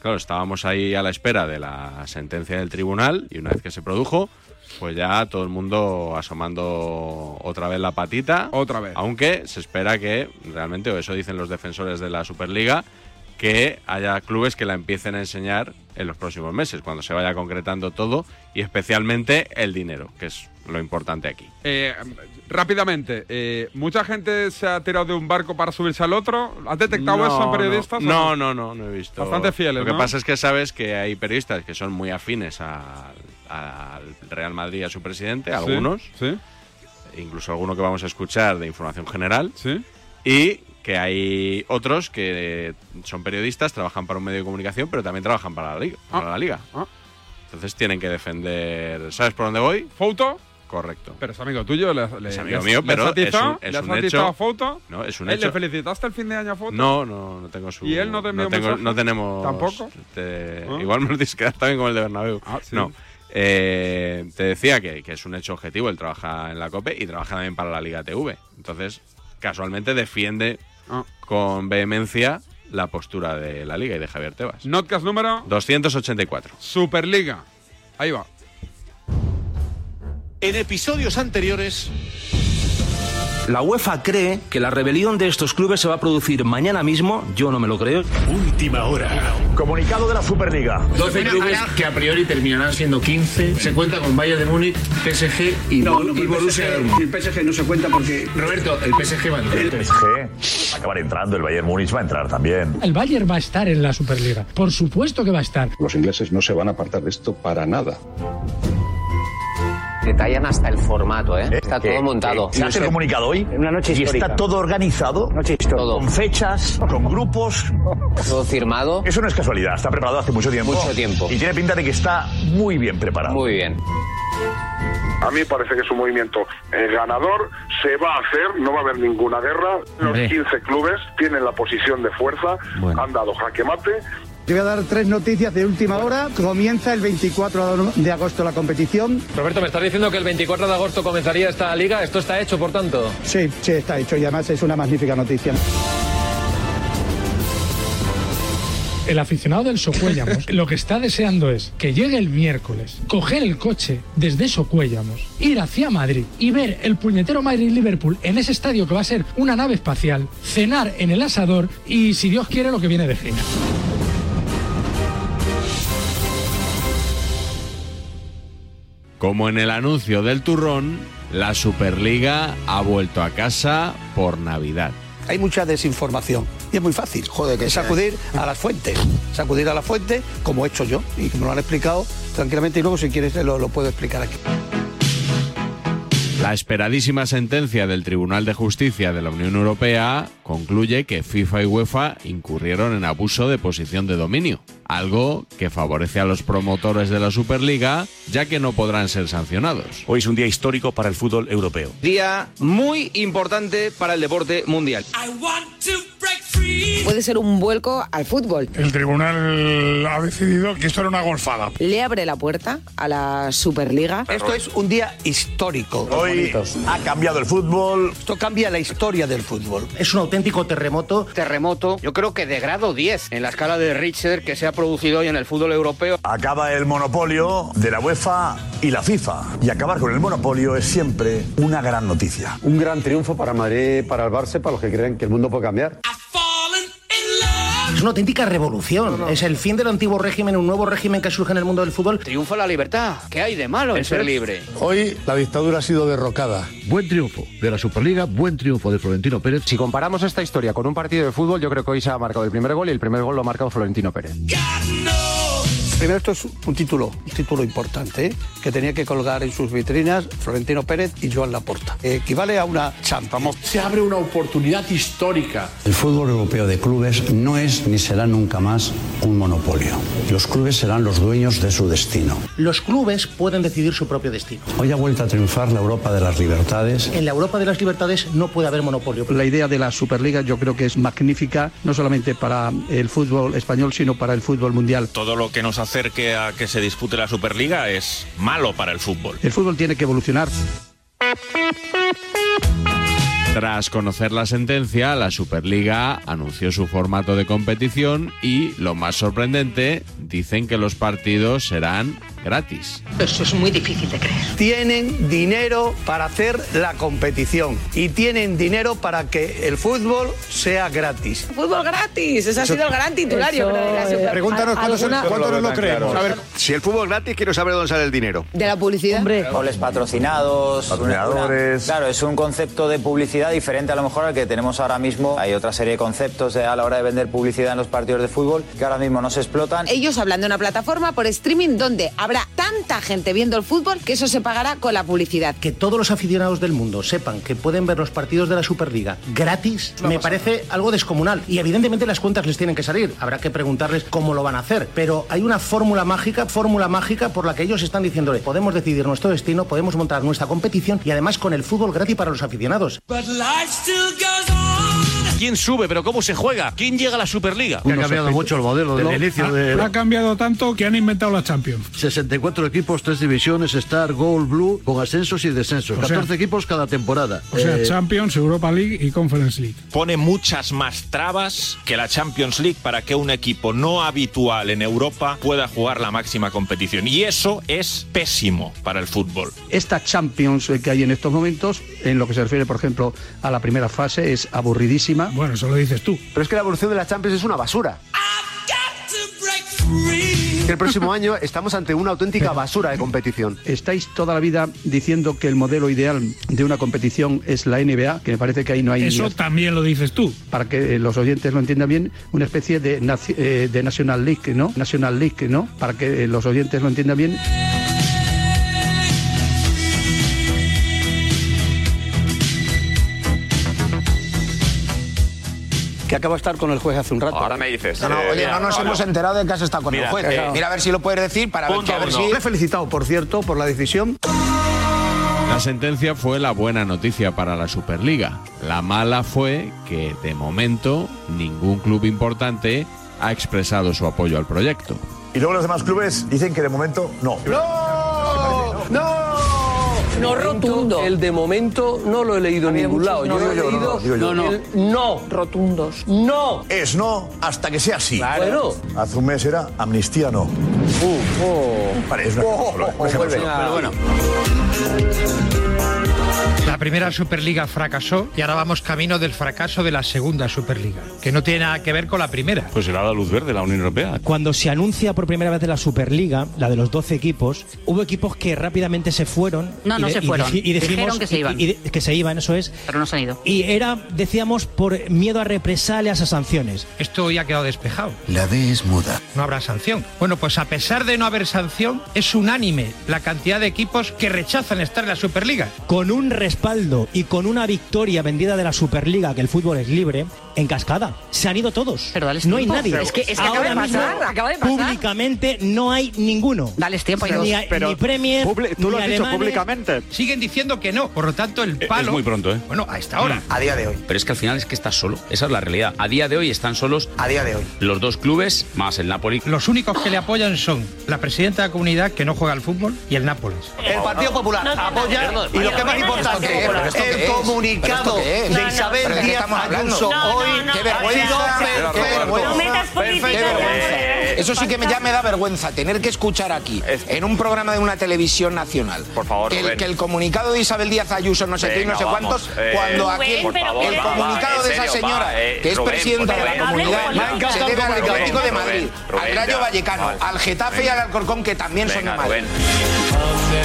S10: Claro, estábamos ahí a la espera de la sentencia del tribunal y una vez que se produjo, pues ya todo el mundo asomando otra vez la patita.
S9: Otra vez.
S10: Aunque se espera que realmente, o eso dicen los defensores de la Superliga, que haya clubes que la empiecen a enseñar en los próximos meses, cuando se vaya concretando todo y especialmente el dinero, que es lo importante aquí.
S9: Eh, rápidamente, eh, mucha gente se ha tirado de un barco para subirse al otro. ¿Has detectado
S10: No,
S9: eso en periodistas?
S10: No,
S9: ¿O
S10: no, no, no, he visto.
S9: Bastante fieles,
S10: Lo que
S9: ¿no?
S10: pasa es que sabes que hay periodistas que son muy afines a- al Real Madrid y a su presidente,
S9: Sí,
S10: algunos, e
S9: Sí.
S10: incluso alguno que vamos a escuchar de información general.
S9: Sí.
S10: Y que hay otros que son periodistas, trabajan para un medio de comunicación, pero también trabajan para la liga.
S9: Ah.
S10: Para la liga. Entonces tienen que defender. ¿Sabes por dónde voy?
S9: ¿Foto?
S10: Correcto.
S9: Pero es amigo tuyo. Le, le-
S10: Es amigo
S9: le-
S10: mío,
S9: Eh, le
S10: pero
S9: has atizado,
S10: es un- es
S9: ¿Le has
S10: un
S9: atizado
S10: hecho-
S9: foto?
S10: No, es un
S9: Eh, ¿Le
S10: hecho.
S9: felicitaste el fin de año a foto?
S10: No, no, no tengo su.
S9: ¿Y él no te envió
S10: tengo-
S9: mensaje?
S10: no tenemos.
S9: ¿Tampoco?
S10: te-
S9: ¿Ah?
S10: Igual me lo tienes que dar también con el de Bernabéu.
S9: sí.
S10: No. Eh, te decía que, que es un hecho objetivo. Él trabaja en la COPE y trabaja también para la Liga TV. Entonces, casualmente defiende
S9: Ah.
S10: con vehemencia la postura de la Liga y de Javier Tebas.
S9: Notcast número
S10: 284.
S9: Superliga. Ahí va.
S22: En episodios anteriores.
S1: La UEFA cree que la rebelión de estos clubes se va a producir mañana mismo. Yo no me lo creo. Última hora. Comunicado de la Superliga. 12 clubes que a priori terminarán siendo 15. Se cuenta con Bayern de Múnich, PSG y, Bor- y Borussia Dortmund.
S23: El PSG no se cuenta porque.
S1: Roberto, el PSG va a entrar.
S24: El PSG va a acabar entrando, el Bayern Múnich va a entrar también.
S25: El Bayern va a estar en la Superliga. Por supuesto que va a estar.
S26: Los ingleses no se van a apartar de esto para nada.
S27: Detallan hasta el formato, ¿eh? Está
S24: que-
S27: todo montado.
S24: que se hace el comunicado hoy
S27: En una noche
S24: y
S27: histórica.
S24: está todo organizado,
S27: Todo.
S24: con fechas, con grupos.
S27: Todo firmado.
S24: Eso no es casualidad, está preparado hace mucho tiempo.
S27: Mucho tiempo.
S24: Y tiene pinta de que está muy bien preparado. Muy
S27: bien.
S28: A mí parece que es un movimiento eh, ganador, se va a hacer, no va a haber ninguna guerra. Los 15 clubes tienen la posición de fuerza, han dado jaque mate.
S12: Te voy a dar tres noticias de última hora. Comienza el 24 de agosto la competición.
S1: Roberto, me estás diciendo que el 24 de agosto comenzaría esta liga. Esto está hecho, por tanto.
S12: Sí, sí, está hecho y además es una magnífica noticia.
S29: El aficionado del Socuéllamos lo que está deseando es que llegue el miércoles, coger el coche desde Socuéllamos, ir hacia Madrid y ver el puñetero Madrid-Liverpool en ese estadio que va a ser una nave espacial, cenar en el asador y, si Dios quiere, lo que viene de China.
S10: Como en el anuncio del turrón, la Superliga ha vuelto a casa por Navidad.
S5: Hay mucha desinformación y es muy fácil, joder, que sacudir a las fuentes. Sacudir a las fuentes, como he hecho yo y que me lo han explicado tranquilamente y luego si quieres lo, lo puedo explicar aquí.
S10: La esperadísima sentencia del Tribunal de Justicia de la Unión Europea concluye que FIFA y UEFA incurrieron en abuso de posición de dominio, algo que favorece a los promotores de la Superliga ya que no podrán ser sancionados. Hoy es un día histórico para el fútbol europeo.
S15: Día muy importante para el deporte mundial.
S16: Puede ser un vuelco al fútbol.
S23: El tribunal ha decidido que esto era una golfada.
S16: Le abre la puerta a la Superliga.
S5: Esto es un día histórico.
S30: Hoy ha cambiado el fútbol.
S5: Esto cambia la historia del fútbol.
S15: Es un auténtico terremoto. Terremoto, yo creo que de grado 10 en la escala de Richter que se ha producido hoy en el fútbol europeo.
S30: Acaba el monopolio de la UEFA y la FIFA. Y acabar con el monopolio es siempre una gran noticia.
S31: Un gran triunfo para Madrid, para el Barça, para los que creen que el mundo puede cambiar.
S15: Es una auténtica revolución. Es el fin del antiguo régimen, un nuevo régimen que surge en el mundo del fútbol. Triunfa la libertad. ¿Qué hay de malo en ser libre?
S32: Hoy la dictadura ha sido derrocada.
S33: Buen triunfo de la Superliga, buen triunfo de Florentino Pérez.
S13: Si comparamos esta historia con un partido de fútbol, yo creo que hoy se ha marcado el primer gol y el primer gol lo ha marcado Florentino Pérez.
S5: Primero, esto es un título, un título importante, ¿eh? que tenía que colgar en sus vitrinas Florentino Pérez y Joan Laporta. Eh, Equivale a una champa.
S34: Se abre una oportunidad histórica.
S35: El fútbol europeo de clubes no es ni será nunca más un monopolio. Los clubes serán los dueños de su destino.
S15: Los clubes pueden decidir su propio destino.
S35: Hoy ha vuelto a triunfar la Europa de las libertades.
S15: En la Europa de las libertades no puede haber monopolio.
S5: La idea de la Superliga yo creo que es magnífica, no solamente para el fútbol español, sino para el fútbol mundial.
S36: Todo lo que nos hace que a que se dispute la Superliga es malo para el fútbol.
S5: El fútbol tiene que evolucionar.
S10: Tras conocer la sentencia, la Superliga anunció su formato de competición y, lo más sorprendente, dicen que los partidos serán gratis.
S16: Eso es muy difícil de creer.
S5: Tienen dinero para hacer la competición y tienen dinero para que el fútbol sea gratis.
S16: Fútbol gratis, ese ha sido el gran titular. yo creo, de la Super-
S32: Pregúntanos cuánto,
S16: ¿Alguna-
S32: nos lo creemos. A ver, si el fútbol gratis, quiero saber dónde sale el dinero.
S16: de la publicidad.
S12: Goles patrocinados.
S30: Patrocinadores.
S12: una- claro, es un concepto de publicidad diferente a lo mejor al que tenemos ahora mismo. Hay otra serie de conceptos de- a la hora de vender publicidad en los partidos de fútbol que ahora mismo no se explotan.
S16: Ellos hablan de una plataforma por streaming donde habrá tanta gente viendo el fútbol que eso se pagará con la publicidad.
S15: Que todos los aficionados del mundo sepan que pueden ver los partidos de la Superliga gratis me parece algo descomunal. Y evidentemente las cuentas les tienen que salir. Habrá que preguntarles cómo lo van a hacer. Pero hay una fórmula mágica, fórmula mágica por la que ellos están diciéndole, podemos decidir nuestro destino, podemos montar nuestra competición y además con el fútbol gratis para los aficionados.
S11: ¿Quién sube? ¿Pero cómo se juega? ¿Quién llega a la Superliga?
S33: Que ha cambiado mucho el modelo del
S26: Lo-
S33: inicio
S26: ha-
S33: de...
S26: Ha cambiado tanto que han inventado la Champions.
S33: 64 equipos, 3 divisiones, Star, Gold, Blue, con ascensos y descensos.
S26: O sea-
S33: 14 equipos cada temporada.
S26: O sea,
S33: Eh,
S26: Champions, Europa League y Conference League.
S36: Pone muchas más trabas que la Champions League para que un equipo no habitual en Europa pueda jugar la máxima competición. Y eso es pésimo para el fútbol.
S5: Esta Champions que hay en estos momentos, en lo que se refiere, por ejemplo, a la primera fase, es aburridísima.
S26: Bueno, eso lo dices tú.
S32: Pero es que la evolución de la Champions es una basura. El próximo año estamos ante una auténtica basura de competición.
S5: Estáis toda la vida diciendo que el modelo ideal de una competición es la NBA, que me parece que ahí no hay...
S26: Eso también lo dices tú.
S5: para que eh, los oyentes lo entiendan bien, una especie de, naci- eh, de National League, ¿no? National League, ¿no? Para que eh, los oyentes lo entiendan bien. Que acabo de estar con el juez hace un rato.
S31: Ahora me dices.
S5: No, no,
S31: eh,
S5: oye,
S31: mira,
S5: no nos
S31: no,
S5: hemos
S31: no.
S5: enterado de que has estado con
S31: Mira,
S5: el juez.
S31: eh,
S5: No.
S31: mira a ver si lo puedes decir para ver,
S23: Punto
S31: que a ver
S23: uno.
S5: Le he felicitado, por cierto, por la decisión.
S10: La sentencia fue la buena noticia para la Superliga. La mala fue que, de momento, ningún club importante ha expresado su apoyo al proyecto.
S30: Y luego los demás clubes dicen que de momento no.
S31: ¡No! ¡No! No rotundo. El de momento no lo he leído en ningún lado.
S30: no,
S31: yo
S30: digo
S31: he
S30: yo, no,
S31: leído
S30: no, digo yo.
S31: el no. Rotundos. No.
S30: Es no hasta que sea así.
S31: Claro.
S30: Hace un mes era amnistía no. Vale, es una pues, ejemplo solo, un ejemplo
S31: vuelve
S30: solo,
S31: a-
S30: pero bueno.
S37: La primera Superliga fracasó y ahora vamos camino del fracaso de la segunda Superliga, que no tiene nada que ver con la primera.
S36: Pues será la luz verde la Unión Europea.
S3: Cuando se anuncia por primera vez de la Superliga, la de los 12 equipos, hubo equipos que rápidamente se fueron.
S37: No, no
S3: de-
S37: se fueron.
S3: deci- y dijimos-
S37: Dijeron que se
S3: y-
S37: iban.
S3: y de- que se iban, eso es.
S37: Pero no se han ido.
S3: Y era, decíamos, por miedo a represalias a sanciones. Esto ya ha quedado despejado.
S35: La D es muda.
S3: No habrá sanción. Bueno, pues a pesar de no haber sanción, es unánime la cantidad de equipos que rechazan estar en la Superliga. Con un respaldo y con una victoria vendida de la Superliga, que el fútbol es libre, en cascada. Se han ido todos. no hay
S2: tiempo.
S3: nadie.
S2: Es que- es que acaba
S3: Ahora
S2: de pasar,
S3: mismo,
S2: acaba de pasar.
S3: Públicamente no hay ninguno.
S2: Dales tiempo, hay
S3: ni,
S2: dos.
S3: a-
S2: Pero-
S3: ni Premier,
S2: publi- tú lo
S3: ni
S2: has dicho
S3: alemanes.
S2: públicamente.
S38: Siguen diciendo que no, por lo tanto el palo...
S39: muy pronto, ¿eh?
S38: Bueno, a esta hora.
S39: A día de hoy. Pero es que al final es que estás solo. Esa es la realidad. A día de hoy están solos. A día de hoy. Los dos clubes más el Napoli.
S38: Los únicos que le apoyan son la presidenta de la comunidad que no juega al fútbol y el Nápoles.
S15: El Partido Popular apoya y lo que es más importante, el comunicado de Isabel Díaz Ayuso hoy
S40: Eso sí que me- ya me da vergüenza tener que escuchar aquí, en un programa de una televisión nacional, por favor, que, el,
S15: Rubén.
S40: que el comunicado de Isabel Díaz Ayuso, no sé qué, no
S15: Venga,
S40: sé cuántos,
S15: vamos, eh,
S40: cuando aquí
S15: Rubén,
S40: el,
S15: pero
S40: el
S15: que- va, va,
S40: comunicado
S15: en
S40: de esa
S15: señora,
S40: señora,
S15: va, eh,
S40: que es
S15: Rubén,
S40: presidenta de la
S15: Rubén.
S40: comunidad,
S15: Hable con
S40: se
S15: nosotros.
S40: debe al
S15: Rubén,
S40: Atlético de
S15: Rubén,
S40: Madrid,
S15: Rubén,
S40: al Rayo
S15: ya.
S40: Vallecano,
S15: Vale.
S40: al Getafe y
S15: Venga.
S40: al Alcorcón, que también son de
S15: Venga,
S40: Madrid.
S15: Rubén.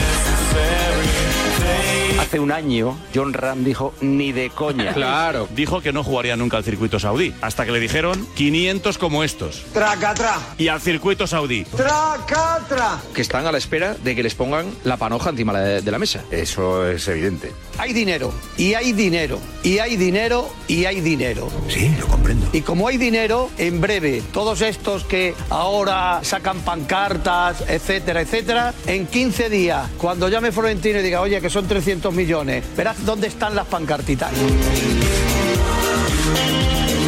S41: Hace un año, John Ram dijo, ni de coña.
S42: Claro. Dijo que no jugaría nunca al circuito saudí, hasta que le dijeron 500 como estos.
S15: Tracatra.
S42: Y al circuito saudí.
S15: Tracatra.
S43: que están a la espera de que les pongan la panoja encima de, la mesa. Eso es evidente.
S5: Hay dinero, y hay dinero, y hay dinero, y hay dinero. Sí, lo comprendo. Y como hay dinero, en breve, todos estos que ahora sacan pancartas, etcétera, etcétera, en 15 días, cuando llame Florentino y diga, oye, que son 300 millones, verás dónde están las pancartitas.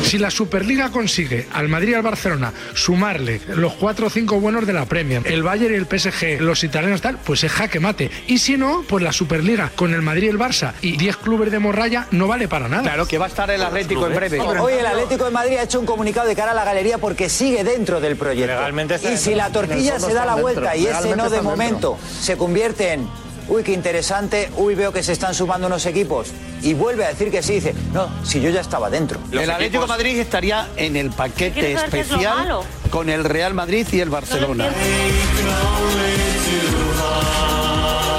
S26: Si la Superliga consigue al Madrid y al Barcelona sumarle los cuatro o cinco buenos de la Premier, el Bayern y el PSG, los italianos tal, pues es jaque mate. Y si no, pues la Superliga con el Madrid y el Barça y 10 clubes de Morralla no vale para nada.
S5: Claro, que va a estar el Atlético en breve.
S12: Hoy el Atlético de Madrid ha hecho un comunicado de cara a la galería porque sigue dentro del proyecto.
S44: está
S12: y si la
S44: dentro. En
S12: tortilla
S44: el fondo
S12: se da la
S44: están
S12: vuelta
S44: dentro.
S12: y ese
S44: Legalmente
S12: no de
S44: están
S12: momento se convierte en, uy, qué interesante, uy, veo que se están sumando unos equipos. Y vuelve a decir que sí, dice, no, si yo ya estaba dentro.
S5: el Atlético de Madrid estaría en el paquete ¿Quieres saber qué es lo especial malo? con el Real Madrid y el Barcelona.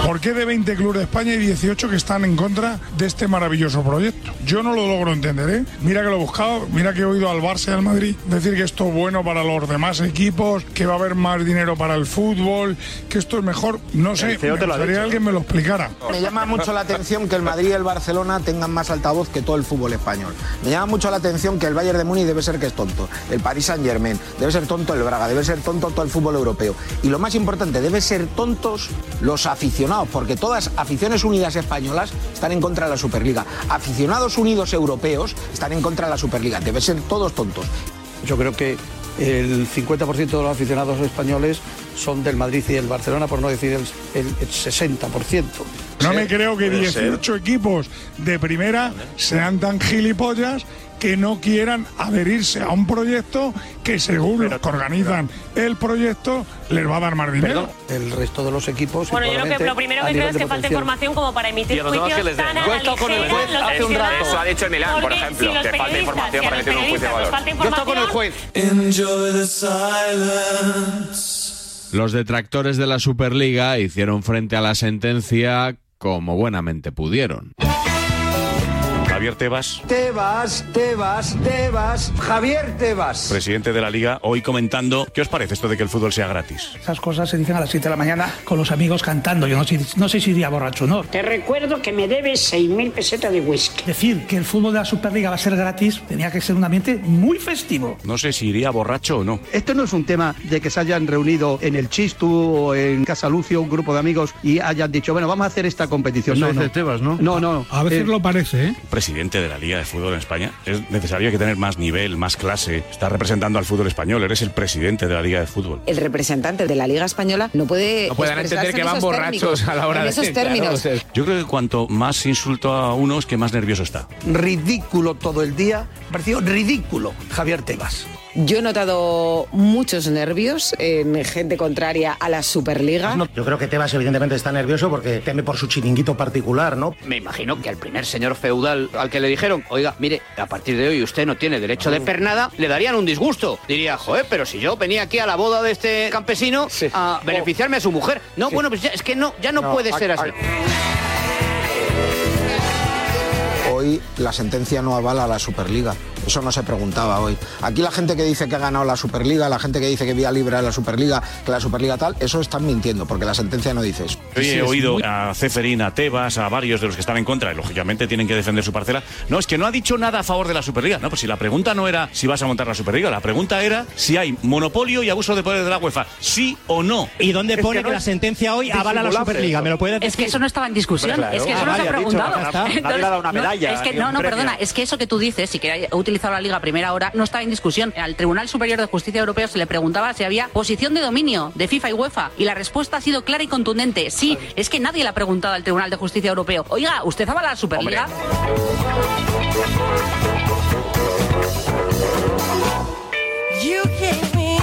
S23: ¿Por qué de 20 clubes de España hay 18 que están en contra de este maravilloso proyecto? Yo no lo logro entender, ¿eh? Mira que lo he buscado, mira que he oído al Barça y al Madrid decir que esto es bueno para los demás equipos, que va a haber más dinero para el fútbol, que esto es mejor. No sé,
S40: CEO te lo ha
S23: gustaría
S40: dicho.
S23: alguien me lo explicara.
S40: Me llama mucho la atención que el Madrid y el Barcelona tengan más altavoz que todo el fútbol español. Me llama mucho la atención que el Bayern de Múnich debe ser que es tonto. El Paris Saint Germain, debe ser tonto el Braga, debe ser tonto todo el fútbol europeo. Y lo más importante, debe ser tontos los aficionados, porque todas aficiones unidas españolas están en contra de la Superliga. Aficionados unidos europeos están en contra de la Superliga. Debe ser todos tontos.
S5: Yo creo que el 50% de los aficionados españoles son del Madrid y del Barcelona, por no decir el, el 60%.
S23: No me creo que 18 equipos de primera sean tan gilipollas que no quieran adherirse a un proyecto que según los que organizan el proyecto les va a dar más dinero.
S5: El resto de los equipos.
S20: Bueno, yo creo que lo primero que creo es que falta información como para emitir juicios tan a la ligera. los ciudadanos,
S45: Eso ha dicho en Milán, por
S20: porque
S45: ejemplo,
S20: si los
S45: que falta
S20: periodistas
S45: información
S20: y a
S45: para
S20: los
S45: emitir un juicio de
S20: periodistas
S45: valor.
S20: nos falta información,
S5: juez.
S11: Enjoy the silence.
S10: Los detractores de la Superliga hicieron frente a la sentencia como buenamente pudieron.
S30: Javier Tebas,
S5: Te vas, te vas, te vas. Javier, te vas.
S30: presidente de la Liga, hoy comentando, ¿qué os parece esto de que el fútbol sea gratis?
S12: Esas cosas se dicen a las 7 de la mañana con los amigos cantando. Yo no sé, no sé si iría borracho o no.
S43: Te recuerdo que me debes 6.000 pesetas de whisky.
S12: Decir que el fútbol de la Superliga va a ser gratis tenía que ser un ambiente muy festivo.
S30: No sé si iría borracho o no.
S5: Esto no es un tema de que se hayan reunido en el Chistu o en Casa Lucio un grupo de amigos y hayan dicho, bueno, vamos a hacer esta competición.
S46: Eso
S5: no,
S46: dice
S5: no.
S46: Tebas, ¿no?
S5: No, no.
S47: A veces
S5: Eh,
S47: lo parece, ¿eh?
S30: Presidente de la Liga de Fútbol en España, es necesario que tener más nivel, más clase. Estás representando al fútbol español, eres el presidente de la Liga de Fútbol.
S16: El representante de la Liga Española no puede.
S30: No puedan
S16: expresarse
S30: entender que
S16: en
S30: van
S16: esos
S30: borrachos
S16: términos,
S30: a la hora
S16: en
S30: de-
S16: esos
S30: claro,
S16: términos.
S30: Yo creo que cuanto más insulto a uno es que más nervioso está.
S5: Ridículo todo el día. Me Pareció ridículo Javier Tebas.
S16: Yo he notado muchos nervios en gente contraria a la Superliga.
S48: Pues No, yo creo que Tebas evidentemente está nervioso porque teme por su chiringuito particular, ¿no?
S15: Me imagino que al primer señor feudal al que le dijeron, oiga, mire, a partir de hoy usted no tiene derecho de pernada, le darían un disgusto. Diría, joder, pero si yo venía aquí a la boda de este campesino a beneficiarme a su mujer. No, bueno, pues ya, es que no, ya no,
S40: No,
S15: puede
S40: ac-
S15: ser así.
S40: ac- Hoy la sentencia no avala a la Superliga.
S49: Eso no se preguntaba hoy. Aquí la gente que dice que ha ganado la Superliga, la gente que dice que vía libre a la Superliga, que la Superliga tal, eso están mintiendo, porque la sentencia no dice eso.
S30: Yo he oído a Ceferín, a Tebas, a varios de los que están en contra, y lógicamente tienen que defender su parcela. No, es que no ha dicho nada a favor de la Superliga. No, pues si la pregunta no era si vas a montar la Superliga, la pregunta era si hay monopolio y abuso de poder de la UEFA, sí o no.
S3: ¿Y dónde pone que, la sentencia hoy avala la Superliga? ¿Me lo puedes decir?
S24: Es que eso no estaba en discusión,
S3: Hombre, claro.
S24: es que eso
S3: Ah,
S24: no se
S3: vale,
S24: ha
S3: ha dicho,
S24: preguntado.
S3: ya está.
S24: Entonces,
S3: Nadie le ha dado una medalla,
S24: No, es que,
S3: ni un
S24: no, no,
S3: premio.
S24: perdona, es que eso que tú dices y que ha utilizado la Liga a primera hora no estaba en discusión. Al Tribunal Superior de Justicia Europeo se le preguntaba si había posición de dominio de FIFA y UEFA y la respuesta ha sido clara y contundente. Sí, es que nadie le ha preguntado al Tribunal de Justicia Europeo. Oiga, ¿usted avala la Superliga?
S11: You came in.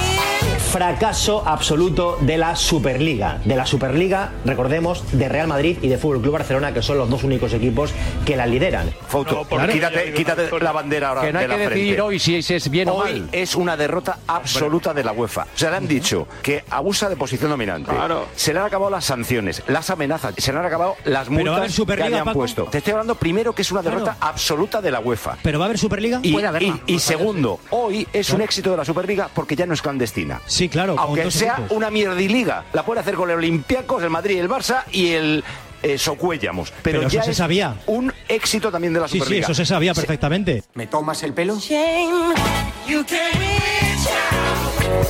S3: Fracaso absoluto de la Superliga. De la Superliga, recordemos, de Real Madrid y de Fútbol Club Barcelona, que son los dos únicos equipos que la lideran.
S5: Fouto, quítate, quítate la bandera ahora
S50: Que no hay
S5: de la
S50: que decidir
S5: frente.
S50: hoy si es- es bien o
S5: Hoy
S50: mal.
S5: es una derrota absoluta de la UEFA. O sea, le han dicho que abusa de posición dominante. Se le han acabado las sanciones, las amenazas, se le han acabado las
S3: Pero va a
S5: multas
S3: haber Superliga,
S5: que habían
S3: Paco.
S5: puesto. Te estoy hablando primero que es una derrota
S3: Claro.
S5: absoluta de la UEFA.
S3: ¿Pero va a haber Superliga?
S5: Y, y- y segundo, hoy es un éxito de la Superliga porque ya no es clandestina.
S3: Sí, claro. con
S5: Aunque
S3: dos
S5: sea
S3: equipos.
S5: una mierdiliga, la puede hacer con el Olympiacos, el Madrid, el Barça y el eh, Socuellamos. Pero,
S3: Pero eso
S5: ya
S3: se
S5: es
S3: sabía.
S5: un éxito también de la
S3: Sí, sí,
S5: Superliga.
S3: eso se sabía perfectamente.
S51: ¿Me tomas el pelo?
S11: You came in.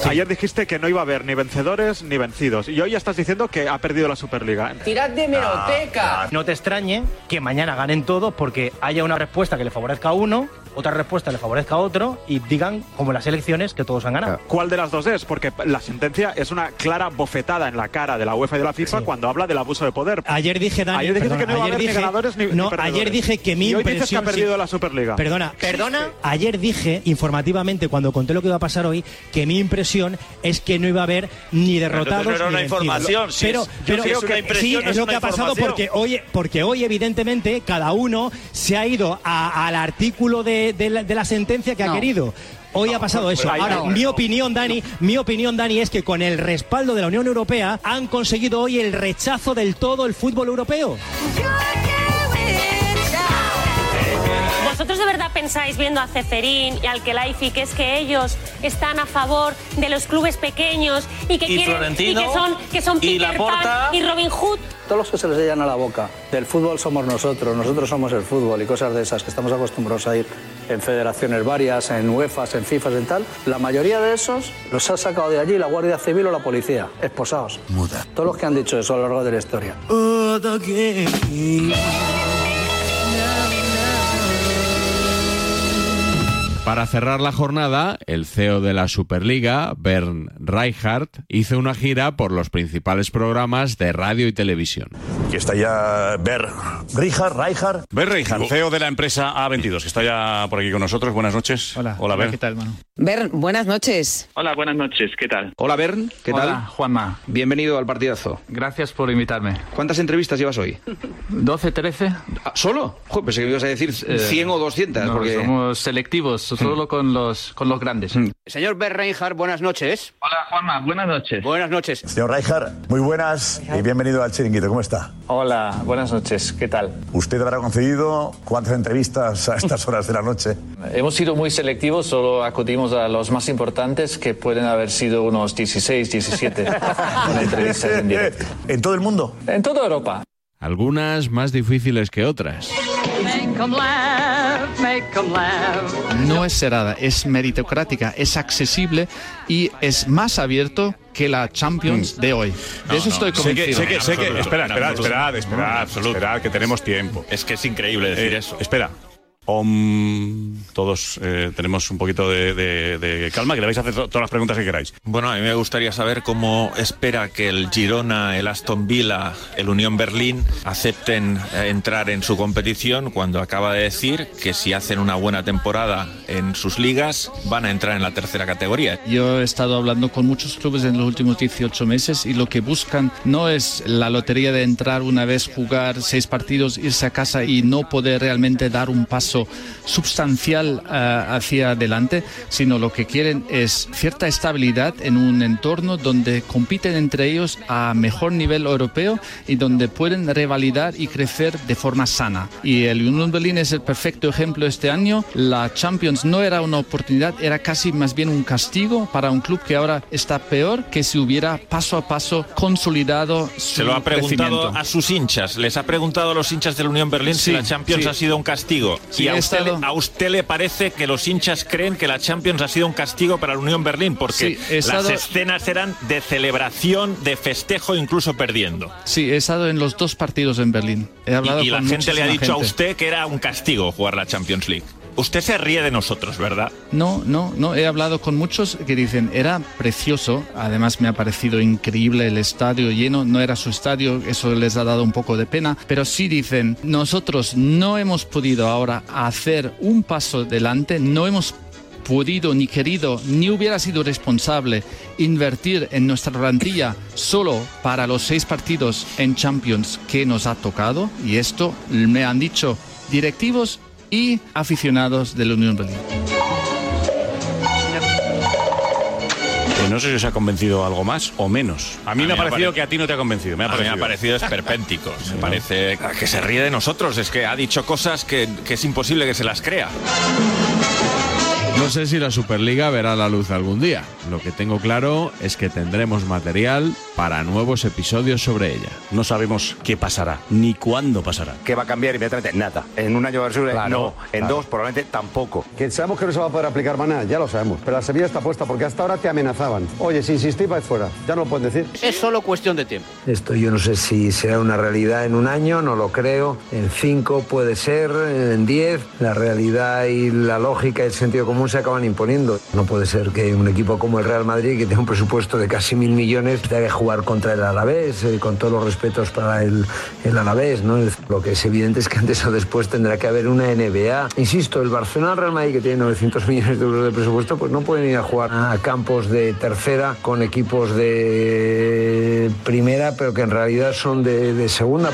S52: Ayer dijiste que no iba a haber ni vencedores ni vencidos. Y hoy ya estás diciendo que ha perdido la Superliga.
S3: Tirad de
S52: hemeroteca.
S3: No te extrañe que mañana ganen todos porque haya una respuesta que le favorezca a uno, otra respuesta le favorezca a otro y digan, como en las elecciones, que todos han ganado.
S52: ¿Cuál de las dos es? Porque la sentencia es una clara bofetada en la cara de la UEFA y de la FIFA cuando habla del abuso de poder.
S3: Ayer dije, Dani,
S52: Ayer dijiste que
S3: perdona,
S52: no iba a
S3: ayer
S52: haber ni
S3: dije-
S52: ganadores ni, ni
S3: no,
S52: perdedores.
S3: ayer dije que mi
S52: y hoy dices que ha
S3: impresión sí-
S52: perdido la Superliga.
S3: Perdona,
S52: ¿Perdona?
S3: Ayer dije informativamente cuando conté lo que iba a pasar hoy que mi impresión es que no iba a haber ni derrotados
S53: Entonces no era
S3: ni
S53: una
S3: vencidos.
S53: información, si
S3: pero
S53: es- yo
S3: pero
S53: si es una
S3: que-
S53: impresión,
S3: sí
S53: no
S3: es,
S53: es
S3: lo
S53: una
S3: que ha pasado
S53: información.
S3: porque hoy porque hoy evidentemente cada uno se ha ido a- al artículo de, de la, de la sentencia que ha
S51: No.
S3: querido. Hoy ha pasado
S51: pues
S3: eso.
S51: ahí
S3: Ahora,
S51: no.
S3: mi opinión, Dani, mi opinión, Dani, es que con el respaldo de la Unión Europea han conseguido hoy el rechazo del todo el fútbol europeo.
S20: ¿Vosotros de verdad pensáis, viendo a Ceferín y al Kelaifi, que es que ellos están a favor de los clubes pequeños y que
S54: Y
S20: quieren
S54: Florentino,
S20: y que son, que son
S54: y
S20: Peter
S54: Laporta.
S20: Pan y Robin Hood?
S54: Todos los que se les llenan a la boca, del fútbol somos nosotros, nosotros somos el fútbol y cosas de esas que estamos acostumbrados a ir en federaciones varias, en UEFAs, en FIFAs, en tal, la mayoría de esos los ha sacado de allí la Guardia Civil o la policía, esposados. Muda. Todos los que han dicho eso a lo largo de la historia.
S11: Oh, the game.
S10: Para cerrar la jornada, el CEO de la Superliga, Bern Reichardt, hizo una gira por los principales programas de radio y televisión.
S30: Que está ya Ber Reijar, Reijar. Ber Reijar, CEO E de la empresa A22, que está ya por aquí con nosotros. Buenas noches. Hola. Hola, Ber.
S21: ¿Qué tal, mano?
S16: Bern, buenas noches.
S21: Hola, buenas noches, ¿qué tal?
S50: Hola, Bern, ¿qué
S21: Hola,
S50: tal?
S21: Juanma.
S50: Bienvenido al partidazo.
S21: Gracias por invitarme.
S50: ¿Cuántas entrevistas llevas hoy?
S21: 12, 13.
S50: ¿Solo? Joder, pensé que me ibas a decir 100 Eh, o 200.
S21: no,
S50: porque... Mm.
S21: Somos selectivos, solo con los, con los grandes.
S55: Señor Berreinhardt, buenas noches.
S21: Hola, Juanma, buenas noches.
S55: Buenas noches.
S56: Señor Reichard, muy buenas y bienvenido al Chiringuito. ¿Cómo está?
S21: Hola, buenas noches, ¿qué tal?
S56: Usted habrá concedido cuántas entrevistas a estas horas de la noche.
S21: Hemos sido muy selectivos, solo acudimos a los más importantes, que pueden haber sido unos 16, 17 entrevistas en directo.
S56: ¿En todo el mundo?
S21: En toda Europa.
S10: Algunas más difíciles que otras.
S11: Make 'em laugh, make 'em laugh.
S21: No es cerrada, es meritocrática, es accesible y es más abierto que la Champions de hoy. De eso estoy
S30: Mm. Sé que,
S21: convencido.
S30: sé que, sé que- espera, espera, esperad, esperad, esperad, que tenemos tiempo.
S36: Es que es increíble
S30: decir
S36: eso.
S30: Espera. Om, todos eh, tenemos un poquito de, de- de calma, que le vais a hacer to- todas las preguntas que queráis.
S36: Bueno, a mí me gustaría saber cómo espera que el Girona, el Aston Villa, el Unión Berlín acepten eh, entrar en su competición cuando acaba de decir que si hacen una buena temporada en sus ligas van a entrar en la tercera categoría.
S21: Yo he estado hablando con muchos clubes en los últimos 18 meses y lo que buscan no es la lotería de entrar una vez, jugar seis partidos, irse a casa y no poder realmente dar un paso paso sustancial eh, hacia adelante, sino lo que quieren es cierta estabilidad en un entorno donde eh, compiten entre ellos a mejor nivel europeo y donde pueden revalidar y crecer de forma sana. Y el Union Berlin es el perfecto ejemplo este año. La Champions no era una oportunidad, era casi más bien un castigo para un club que ahora está peor que si hubiera paso a paso consolidado su
S36: Se lo ha preguntado
S21: crecimiento.
S36: a sus hinchas. Les ha preguntado a los hinchas del Unión Berlín si
S21: Sí,
S36: la Champions
S21: sí.
S36: ha sido un castigo.
S21: Sí,
S36: y a
S21: he
S36: usted, le-
S21: estado-
S36: a usted le parece que los hinchas creen que la Champions ha sido un castigo para el Unión Berlín, porque
S21: Sí, he estado-
S36: las escenas eran de celebración, de festejo, incluso perdiendo.
S21: Sí, he estado en los dos partidos en Berlín. He
S36: Y,
S21: hablado
S36: y la
S21: con
S36: gente le ha
S21: muchísima
S36: dicho a
S21: gente.
S36: usted que era un castigo jugar la Champions League. Usted se ríe de nosotros, ¿verdad?
S21: No, no, no. He hablado con muchos que dicen, era precioso. Además, me ha parecido increíble el estadio lleno. No era su estadio, eso les ha dado un poco de pena. Pero sí dicen, nosotros no hemos podido ahora hacer un paso delante, no hemos podido ni querido ni hubiera sido responsable invertir en nuestra plantilla solo para los seis partidos en Champions que nos ha tocado y esto me han dicho directivos y aficionados de la Unión Berlín.
S11: Y no sé si os ha convencido algo más o menos. A mí, me ha parecido que a ti no te ha convencido. Me ha
S36: A mí me
S11: parecido.
S36: ha parecido esperpéntico. Me parece que se ríe de nosotros. Es que ha dicho cosas que, que es imposible que se las crea.
S10: No sé si la Superliga verá la luz algún día. Lo que tengo claro es que tendremos material para nuevos episodios sobre ella.
S11: No sabemos qué pasará, ni cuándo pasará.
S57: ¿Qué va a cambiar inmediatamente? Nada. En un año va a ser-
S5: Claro,
S57: no. En
S5: claro.
S57: dos probablemente tampoco.
S5: Que sabemos que no se va a poder aplicar mañana, ya lo sabemos. Pero la semilla está puesta porque hasta ahora te amenazaban. Oye, si insistís, vais fuera. Ya no lo pueden decir.
S15: Es solo cuestión de tiempo.
S5: Esto yo no sé si será una realidad en un año, no lo creo. En cinco puede ser, en diez. La realidad y la lógica y el sentido común se acaban imponiendo. No puede ser que un equipo como el Real Madrid, que tiene un presupuesto de casi mil millones, tenga que jugar contra el Alavés, eh, con todos los respetos para el, el Alavés. ¿no? Es- Lo que es evidente es que antes o después tendrá que haber una NBA. Insisto, el Barcelona Real Madrid, que tiene 900 millones de euros de presupuesto, pues no pueden ir a jugar a campos de tercera con equipos de primera, pero que en realidad son de, de segunda.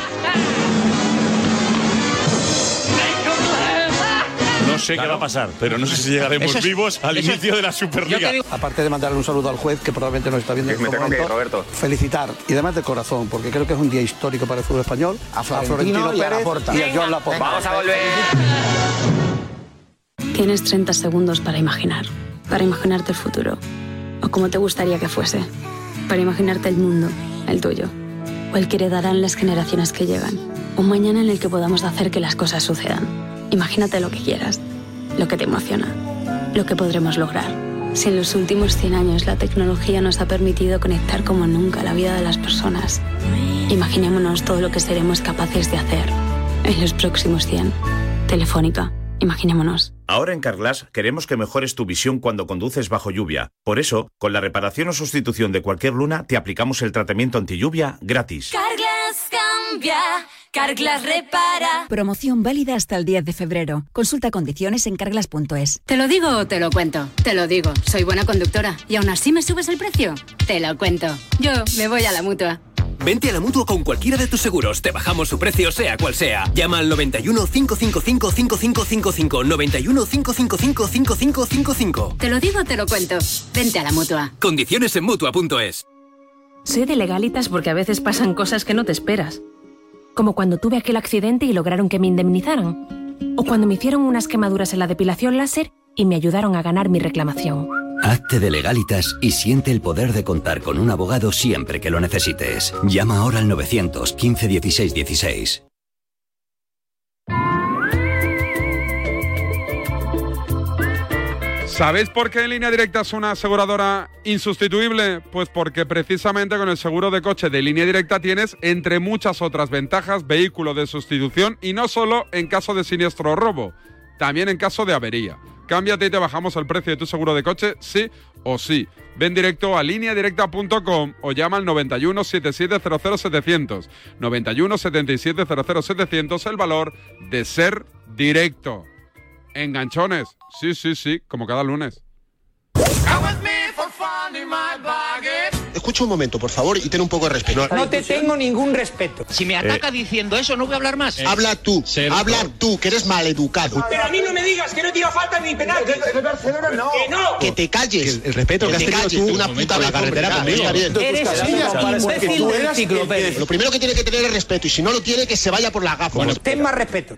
S11: No sé qué va a pasar, pero no sé si llegaremos
S58: Eso es-
S11: vivos al
S58: eso es-
S11: inicio de la Superliga.
S58: Aparte de mandarle un saludo al juez, que probablemente nos está viendo en
S57: Me
S58: este
S57: tengo que ir,
S58: momento,
S57: Roberto.
S58: Felicitar, y además de corazón, porque creo que es un día histórico para el fútbol español, a
S57: Florentino y a
S58: Pérez
S57: Laporta.
S58: y a Joan Laporta.
S57: Vamos a volver.
S22: Tienes 30 segundos para imaginar, para imaginarte el futuro, o como te gustaría que fuese, para imaginarte el mundo, el tuyo, o el que heredarán las generaciones que llegan, un mañana en el que podamos hacer que las cosas sucedan. Imagínate lo que quieras, lo que te emociona, lo que podremos lograr. Si en los últimos 100 años la tecnología nos ha permitido conectar como nunca la vida de las personas, imaginémonos todo lo que seremos capaces de hacer en los próximos 100. Telefónica, imaginémonos.
S30: Ahora en Carglass queremos que mejores tu visión cuando conduces bajo lluvia. Por eso, con la reparación o sustitución de cualquier luna, te aplicamos el tratamiento anti lluvia gratis.
S29: Carglas cambia, Carglas repara. Promoción válida hasta el 10 de febrero. Consulta condiciones en carglas.es.
S59: Te lo digo o te lo cuento. Te lo digo, soy buena conductora. ¿Y aún así me subes el precio? Te lo cuento. Yo me voy a la mutua.
S3: Vente a la mutua con cualquiera de tus seguros. Te bajamos su precio, sea cual sea. Llama al 91 555 5555. 91 555 5555.
S59: Te lo digo o te lo cuento. Vente a la mutua.
S3: Condiciones en mutua.es.
S60: Soy de legalitas porque a veces pasan cosas que no te esperas. Como cuando tuve aquel accidente y lograron que me indemnizaran. O cuando me hicieron unas quemaduras en la depilación láser y me ayudaron a ganar mi reclamación.
S61: Hazte de legalitas y siente el poder de contar con un abogado siempre que lo necesites. Llama ahora al 915 16 16.
S9: ¿Sabéis por qué en línea directa es una aseguradora insustituible? Pues porque precisamente con el seguro de coche de línea directa tienes, entre muchas otras ventajas, vehículo de sustitución y no solo en caso de siniestro o robo, también en caso de avería. Cámbiate y te bajamos el precio de tu seguro de coche, sí o sí. Ven directo a lineadirecta.com o llama al 91 77 00 700. 91 77 00 700, el valor de ser directo. Enganchones. Sí, sí, sí, como cada lunes.
S5: escucha un momento, por favor, y ten un poco de respeto.
S3: No te
S5: tengo ningún respeto.
S3: Si me ataca diciendo eso, no voy a hablar más.
S15: Eh,
S5: Habla tú, habla tú, que eres maleducado.
S3: a mí no me digas que no tira falta ni penal.
S5: no. Que te calles. el respeto
S3: que has
S5: te
S3: tenido
S5: calles.
S3: tú,
S5: una
S3: un
S5: puta
S3: momento,
S5: la carretera
S3: hombre,
S5: conmigo.
S3: claro.
S5: Está bien.
S3: Eres
S5: Entonces,
S3: un
S5: parece que
S3: imbécil
S5: tú
S3: del
S5: eras el
S3: enciclopedia.
S5: que- Lo primero que tiene que tener es respeto y si no lo tiene que se vaya por la gafa. ten más respeto.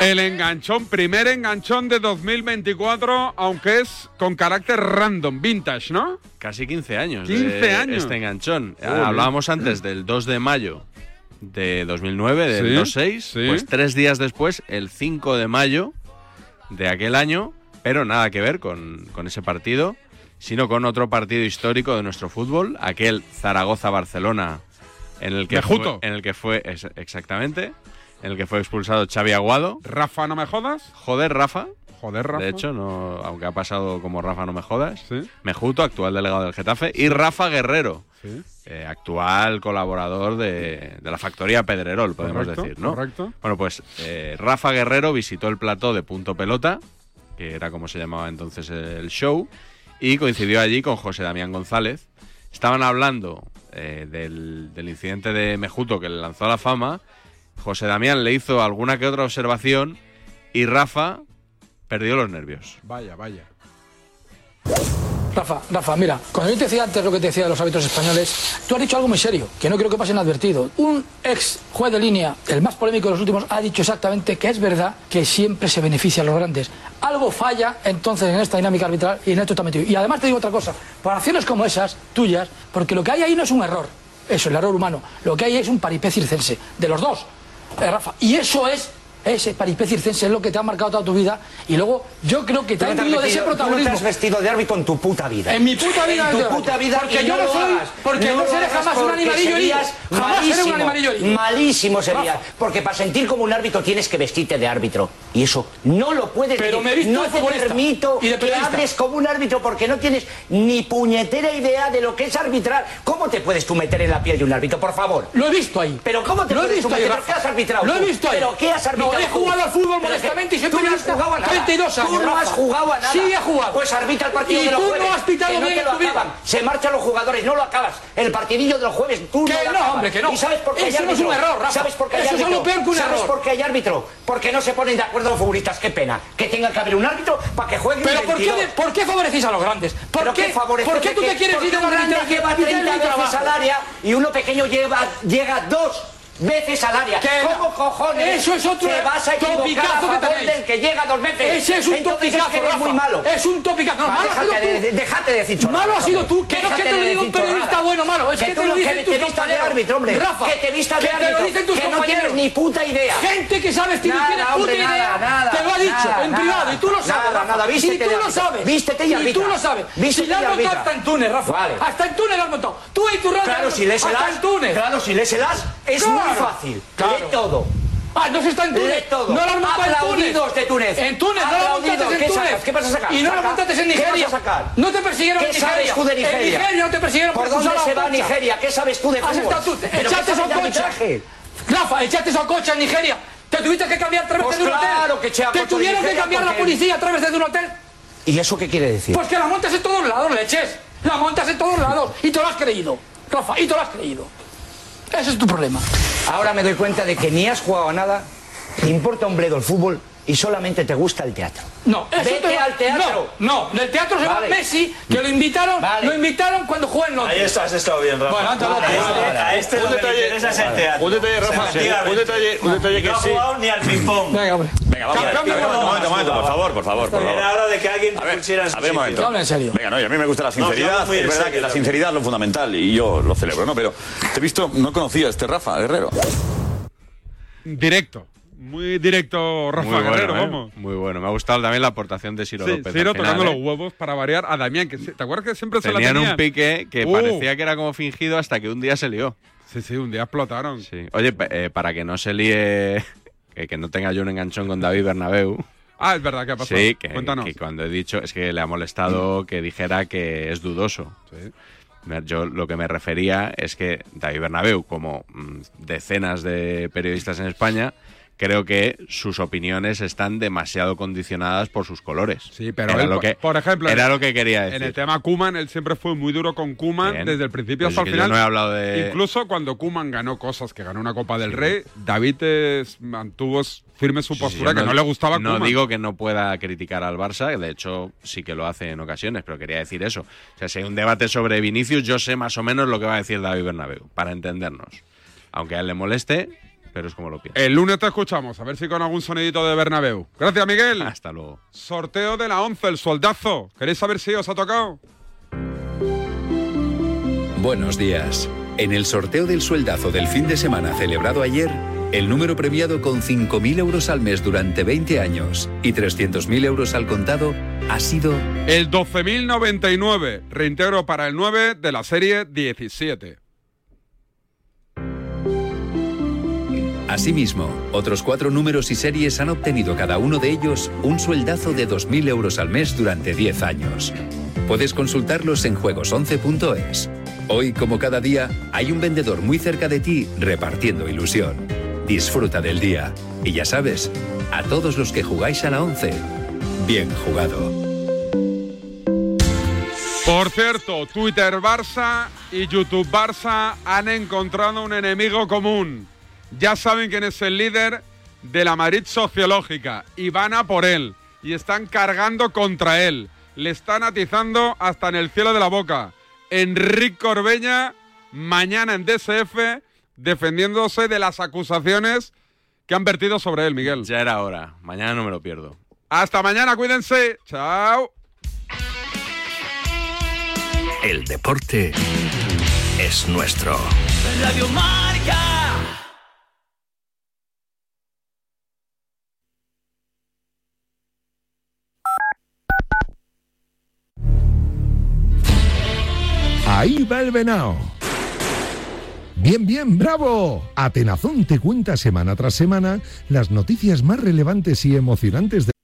S9: El enganchón, primer enganchón de 2024, aunque es con carácter random, vintage, ¿no?
S10: Casi 15 años.
S9: 15
S10: de
S9: años.
S10: Este enganchón.
S9: Joder.
S10: Hablábamos antes del 2 de mayo de 2009,
S9: Sí,
S10: del 2-6.
S9: sí.
S10: Pues tres días después, el 5 de mayo de aquel año, pero nada que ver con, con ese partido, sino con otro partido histórico de nuestro fútbol, aquel Zaragoza-Barcelona, en el que fue,
S9: Mejuto.
S10: en el que fue es- exactamente, en el que fue expulsado Xavi Aguado.
S9: Rafa, no me jodas.
S10: Joder, Rafa.
S9: Joder, Rafa.
S10: De hecho, no, aunque ha pasado como Rafa, no me jodas. Mejuto, actual delegado del Getafe, y Rafa Guerrero,
S9: Sí.
S10: eh, actual colaborador de, de la factoría Pedrerol, podemos
S9: Correcto,
S10: decir, ¿no?
S9: correcto.
S10: Bueno, pues eh, Rafa Guerrero visitó el plató de Punto Pelota, que era como se llamaba entonces el show, y coincidió allí con José Damián González. Estaban hablando eh, del, del incidente de Mejuto que le lanzó a la fama. José Damián le hizo alguna que otra observación y Rafa perdió los nervios.
S9: Vaya, vaya.
S26: Rafa, Rafa, mira, cuando yo te decía antes lo que te decía de los árbitros españoles, tú has dicho algo muy serio, que no creo que pase inadvertido. Un ex juez de línea, el más polémico de los últimos, ha dicho exactamente que es verdad que siempre se beneficia a los grandes. Algo falla entonces en esta dinámica arbitral y en esto está metido. Y además te digo otra cosa, para acciones como esas, tuyas, porque lo que hay ahí no es un error, eso, el error humano, lo que hay es un paripé circense, de los dos, eh, Rafa. Y eso es... Ese paripé circense es lo que te ha marcado toda tu vida y luego yo creo que te ha
S15: Tú no
S26: imbuido de
S15: te has
S26: ese
S15: vestido- tú no te
S26: protagonismo.
S15: has vestido de árbitro en tu puta vida.
S26: En mi puta vida.
S15: En
S26: yo-
S15: tu puta vida.
S26: Porque
S15: y
S26: yo no
S15: lo
S26: soy.
S15: hagas.
S26: Porque no,
S15: lo
S26: seré
S15: hagas
S26: jamás un
S15: porque
S26: animalillo herido.
S15: serías
S26: Jamás seré un
S15: malísimo,
S26: animalillo herido.
S15: Malísimo serías.
S26: Rafa,
S15: Porque para sentir como un árbitro tienes que vestirte de árbitro. Y eso no lo puedes
S26: Pero
S15: decir.
S26: me he visto
S15: No
S26: de
S15: te
S26: futbolista
S15: permito
S26: y de
S15: que
S26: periodista.
S15: hables como un árbitro porque no tienes ni puñetera idea de lo que es arbitrar. ¿Cómo te puedes tú meter en la piel de un árbitro, por favor?
S26: Lo he visto ahí.
S15: ¿Pero cómo te
S26: Lo he
S15: puedes
S26: visto
S15: tú
S26: ahí,
S15: meter?
S26: Rafa.
S15: ¿Qué has arbitrado
S26: Lo he
S15: tú?
S26: visto ahí.
S15: ¿Pero qué has
S26: No,
S15: arbitrado
S26: he
S15: tú?
S26: jugado al fútbol
S15: Pero es que
S26: modestamente y soy
S15: tú no has
S26: periodista.
S15: jugado a nada.
S26: 32 años,
S15: Tú no has
S26: Rafa.
S15: jugado a nada.
S26: Sí, he jugado.
S15: Pues arbitra el partido
S26: Y
S15: de los
S26: tú no
S15: jueves.
S26: has pitado
S15: que no
S26: bien
S15: te
S26: en
S15: lo
S26: tu vida.
S15: acaban. Se marchan los jugadores, no lo acabas. El partidillo de los jueves, tú
S26: Que
S15: no lo
S26: no,
S15: acabas.
S26: hombre, que no.
S15: ¿Y sabes por qué hay
S26: Eso no es
S15: árbitro?
S26: un error, Rafa.
S15: ¿Sabes por qué hay
S26: Eso es
S15: árbitro?
S26: algo peor que un
S15: ¿Sabes
S26: error.
S15: por qué hay árbitro? Porque no se ponen de acuerdo los futbolistas. Qué pena. Que tenga que haber un árbitro para que juegue
S26: Pero ¿por qué, de- ¿por qué favorecís a los grandes? ¿Por
S15: ¿Pero
S26: qué,
S15: qué favorece?
S26: ¿por qué tú
S15: ¿De
S26: te
S15: qué?
S26: quieres
S15: Porque
S26: ir a un
S15: un grande
S26: arbitraje?
S15: lleva
S26: Quitarle
S15: 30
S26: el
S15: veces
S26: trabajo.
S15: al área y uno pequeño lleva, llega dos veces al área.
S26: Que no.
S15: ¿Cómo cojones?
S26: Eso es otro
S15: te vas a equivocar
S26: topicazo
S15: a
S26: que
S15: favor
S26: tenéis.
S15: del que llega dos veces.
S26: Ese es un
S15: Entonces
S26: topicazo,
S15: que eres
S26: Rafa.
S15: muy malo.
S26: Es un topicazo. No,
S15: Va,
S26: malo has sido
S15: déjate
S26: tú.
S15: de- déjate de decir chorradas,
S26: Malo has sido
S15: hombre.
S26: tú, que no es que
S15: Déjate
S26: te lo
S15: de
S26: diga un
S15: decir
S26: periodista
S15: chorradas.
S26: bueno o malo, es que te lo
S15: tú
S26: dicen
S15: que
S26: tus
S15: te vistas de
S26: compañeros.
S15: árbitro, hombre.
S26: Rafa,
S15: que te vistas de
S26: que te lo
S15: árbitro.
S26: dicen tus
S15: que no tienes
S26: compañeros.
S15: ni puta idea.
S26: Gente que sabes que no
S15: Nada,
S26: tiene puta
S15: hombre,
S26: idea,
S15: nada, nada,
S26: te lo ha dicho
S15: nada,
S26: en privado
S15: nada,
S26: y tú lo sabes.
S15: Nada,
S26: Rafa.
S15: nada, vístete
S26: y tú
S15: de
S26: lo
S15: árbitro.
S26: sabes.
S15: Vístete y
S26: Y tú
S15: arbitra.
S26: lo sabes.
S15: Vístete
S26: si la
S15: y
S26: has montado
S15: arbitra.
S26: hasta en Túnez, Rafa.
S15: Vale.
S26: Hasta en Túnez la has montado. Tú y tu raza.
S15: Claro, si lees el
S26: Hasta
S15: as,
S26: en Túnez.
S15: claro, si lees el as, es muy
S26: Claro.
S15: fácil.
S26: Claro.
S15: Lee todo.
S26: Ah, no se está en Túnez.
S15: Lee todo.
S26: No la has montado en Túnez.
S15: Aplaudidos de Túnez.
S26: En Túnez, no la
S15: Aplaudidos.
S26: montaste en
S15: ¿Qué
S26: Túnez.
S15: sacas? ¿Qué vas a sacar?
S26: Y no la
S15: ¿Saca?
S26: montaste en
S15: ¿Qué
S26: Nigeria.
S15: vas a sacar?
S26: No te persiguieron
S15: ¿Qué
S26: en Nigeria.
S15: sabes tú de Nigeria?
S26: En Nigeria no te persiguieron
S15: ¿Por
S26: cruzar
S15: dónde
S26: la
S15: se va
S26: Ococha.
S15: Nigeria? ¿Qué sabes tú de
S26: Has
S15: fútbol?
S26: estado tú.
S15: ¿Pero qué
S26: Echaste
S15: sabes
S26: a
S15: de
S26: Ococha.
S15: arbitraje?
S26: Rafa, echaste a Ococha en Nigeria. Te tuviste que cambiar tres veces
S15: Pues
S26: de un hotel.
S15: claro que eché a
S26: Te
S15: Ococha en
S26: tuvieron que
S15: Nigeria
S26: cambiar la
S15: porque-
S26: policía a través de un hotel.
S15: ¿Y eso qué quiere decir?
S26: Pues que la montas en todos lados, leches. La montas en todos lados. Y te lo has creído. Rafa, y te lo has creído. Ese es tu problema.
S15: Ahora me doy cuenta de que ni has jugado a nada, te importa un bledo el fútbol y solamente te gusta el teatro.
S26: No, eso
S15: Vete
S26: te-
S15: al teatro.
S26: No, no, del teatro se
S15: Vale.
S26: va Messi, que lo invitaron, lo invitaron cuando jugó en Londres.
S15: Ahí está, has estado bien, Rafa.
S26: Bueno, anda,
S15: a
S26: loco.
S15: este, a este lo que le interesa es el teatro.
S30: Un detalle, Rafa,
S15: Efectivamente.
S30: un detalle, un detalle que
S15: no
S30: sí.
S15: ha jugado ni al ping-pong.
S26: Venga, pues. hombre.
S30: Venga, vamos. a ver.
S15: Cambio,
S30: Un momento,
S15: cambio.
S30: un momento, por favor, por favor, por favor.
S15: Era hora de que alguien
S30: A ver,
S15: pusiera en su
S30: a ver, un
S15: sitio.
S30: momento. Venga, no, y a mí me gusta la
S15: No, que habla
S30: sinceridad.
S15: muy en
S30: es verdad
S15: serio,
S30: que la
S15: yo.
S30: sinceridad es lo fundamental y yo lo celebro, ¿no? Pero te he visto, no conocía a este Rafa Guerrero.
S9: Directo. Muy directo, Rafa
S10: Muy bueno,
S9: Guerrero,
S10: ¿eh?
S9: vamos.
S10: Muy bueno. Me ha gustado también la aportación de Siro
S9: Sí,
S10: López.
S9: Ciro
S10: al final,
S9: tocando
S10: ¿eh?
S9: los huevos para variar a Damián, que se- ¿te acuerdas que siempre se la
S10: Tenían
S9: tenían?
S10: un pique que
S9: Uh.
S10: parecía que era como fingido hasta que un día se lió.
S9: Sí, sí, un día explotaron.
S10: Sí. Oye, pa- eh, para que no se líe, que, que no tenga yo un enganchón con David Bernabeu,
S9: Ah, es verdad, ¿qué ha pasado?
S10: Sí, que,
S9: Cuéntanos. Mm.
S10: que cuando he dicho, es que le ha molestado que dijera que es dudoso. Me- Yo lo que me refería es que David Bernabeu, como mm, decenas de periodistas en España, creo que sus opiniones están demasiado condicionadas por sus colores. Sí,
S9: Pero él, por- por ejemplo,
S10: era
S9: en-
S10: lo que quería
S9: En el
S10: decir.
S9: tema Kuman, él siempre fue muy duro con Kuman
S10: Bien.
S9: desde el principio
S10: Pues
S9: hasta
S10: es
S9: el
S10: que yo
S9: final.
S10: no he hablado de-
S9: Incluso cuando Kuman ganó cosas, que ganó una Copa del Rey, David eh, mantuvo s- firme su
S10: Sí,
S9: postura,
S10: yo
S9: que no le gustaba a
S10: No
S9: Koeman.
S10: digo que no pueda criticar al Barça, de hecho sí que lo hace en ocasiones, pero quería decir eso. O sea, si hay un debate sobre Vinicius, yo sé más o menos lo que va a decir David Bernabeu, para entendernos. Aunque a él le moleste, pero es como lo piensa.
S9: El lunes te escuchamos, a ver si con algún sonidito de Bernabéu. Gracias, Miguel.
S10: Hasta luego.
S9: Sorteo de la 11, el soldazo. ¿Queréis saber si os ha tocado?
S5: Buenos días. En el sorteo del sueldazo del fin de semana celebrado ayer, el número premiado con 5.000 euros al mes durante 20 años y 300.000 euros al contado ha sido...
S9: El 12.099, reintegro para el 9 de la serie 17.
S5: Asimismo, otros cuatro números y series han obtenido cada uno de ellos un sueldazo de 2.000 euros al mes durante 10 años. Puedes consultarlos en juegos11.es. Hoy, como cada día, hay un vendedor muy cerca de ti repartiendo ilusión. Disfruta del día. Y ya sabes, a todos los que jugáis a la 11, bien jugado.
S9: Por cierto, Twitter Barça y YouTube Barça han encontrado un enemigo común. Ya saben quién es el líder de la Madrid sociológica y van a por él. Y están cargando contra él. Le están atizando hasta en el cielo de la boca. Enrique Corbeña, mañana en DSF, defendiéndose de las acusaciones que han vertido sobre él, Miguel.
S10: Ya era hora, mañana no me lo pierdo.
S9: Hasta mañana, cuídense. Chao.
S62: El deporte es nuestro.
S11: Radio Marca.
S6: Ahí va el venao. Bien, bien, bravo. Atenazón te cuenta semana tras semana las noticias más relevantes y emocionantes de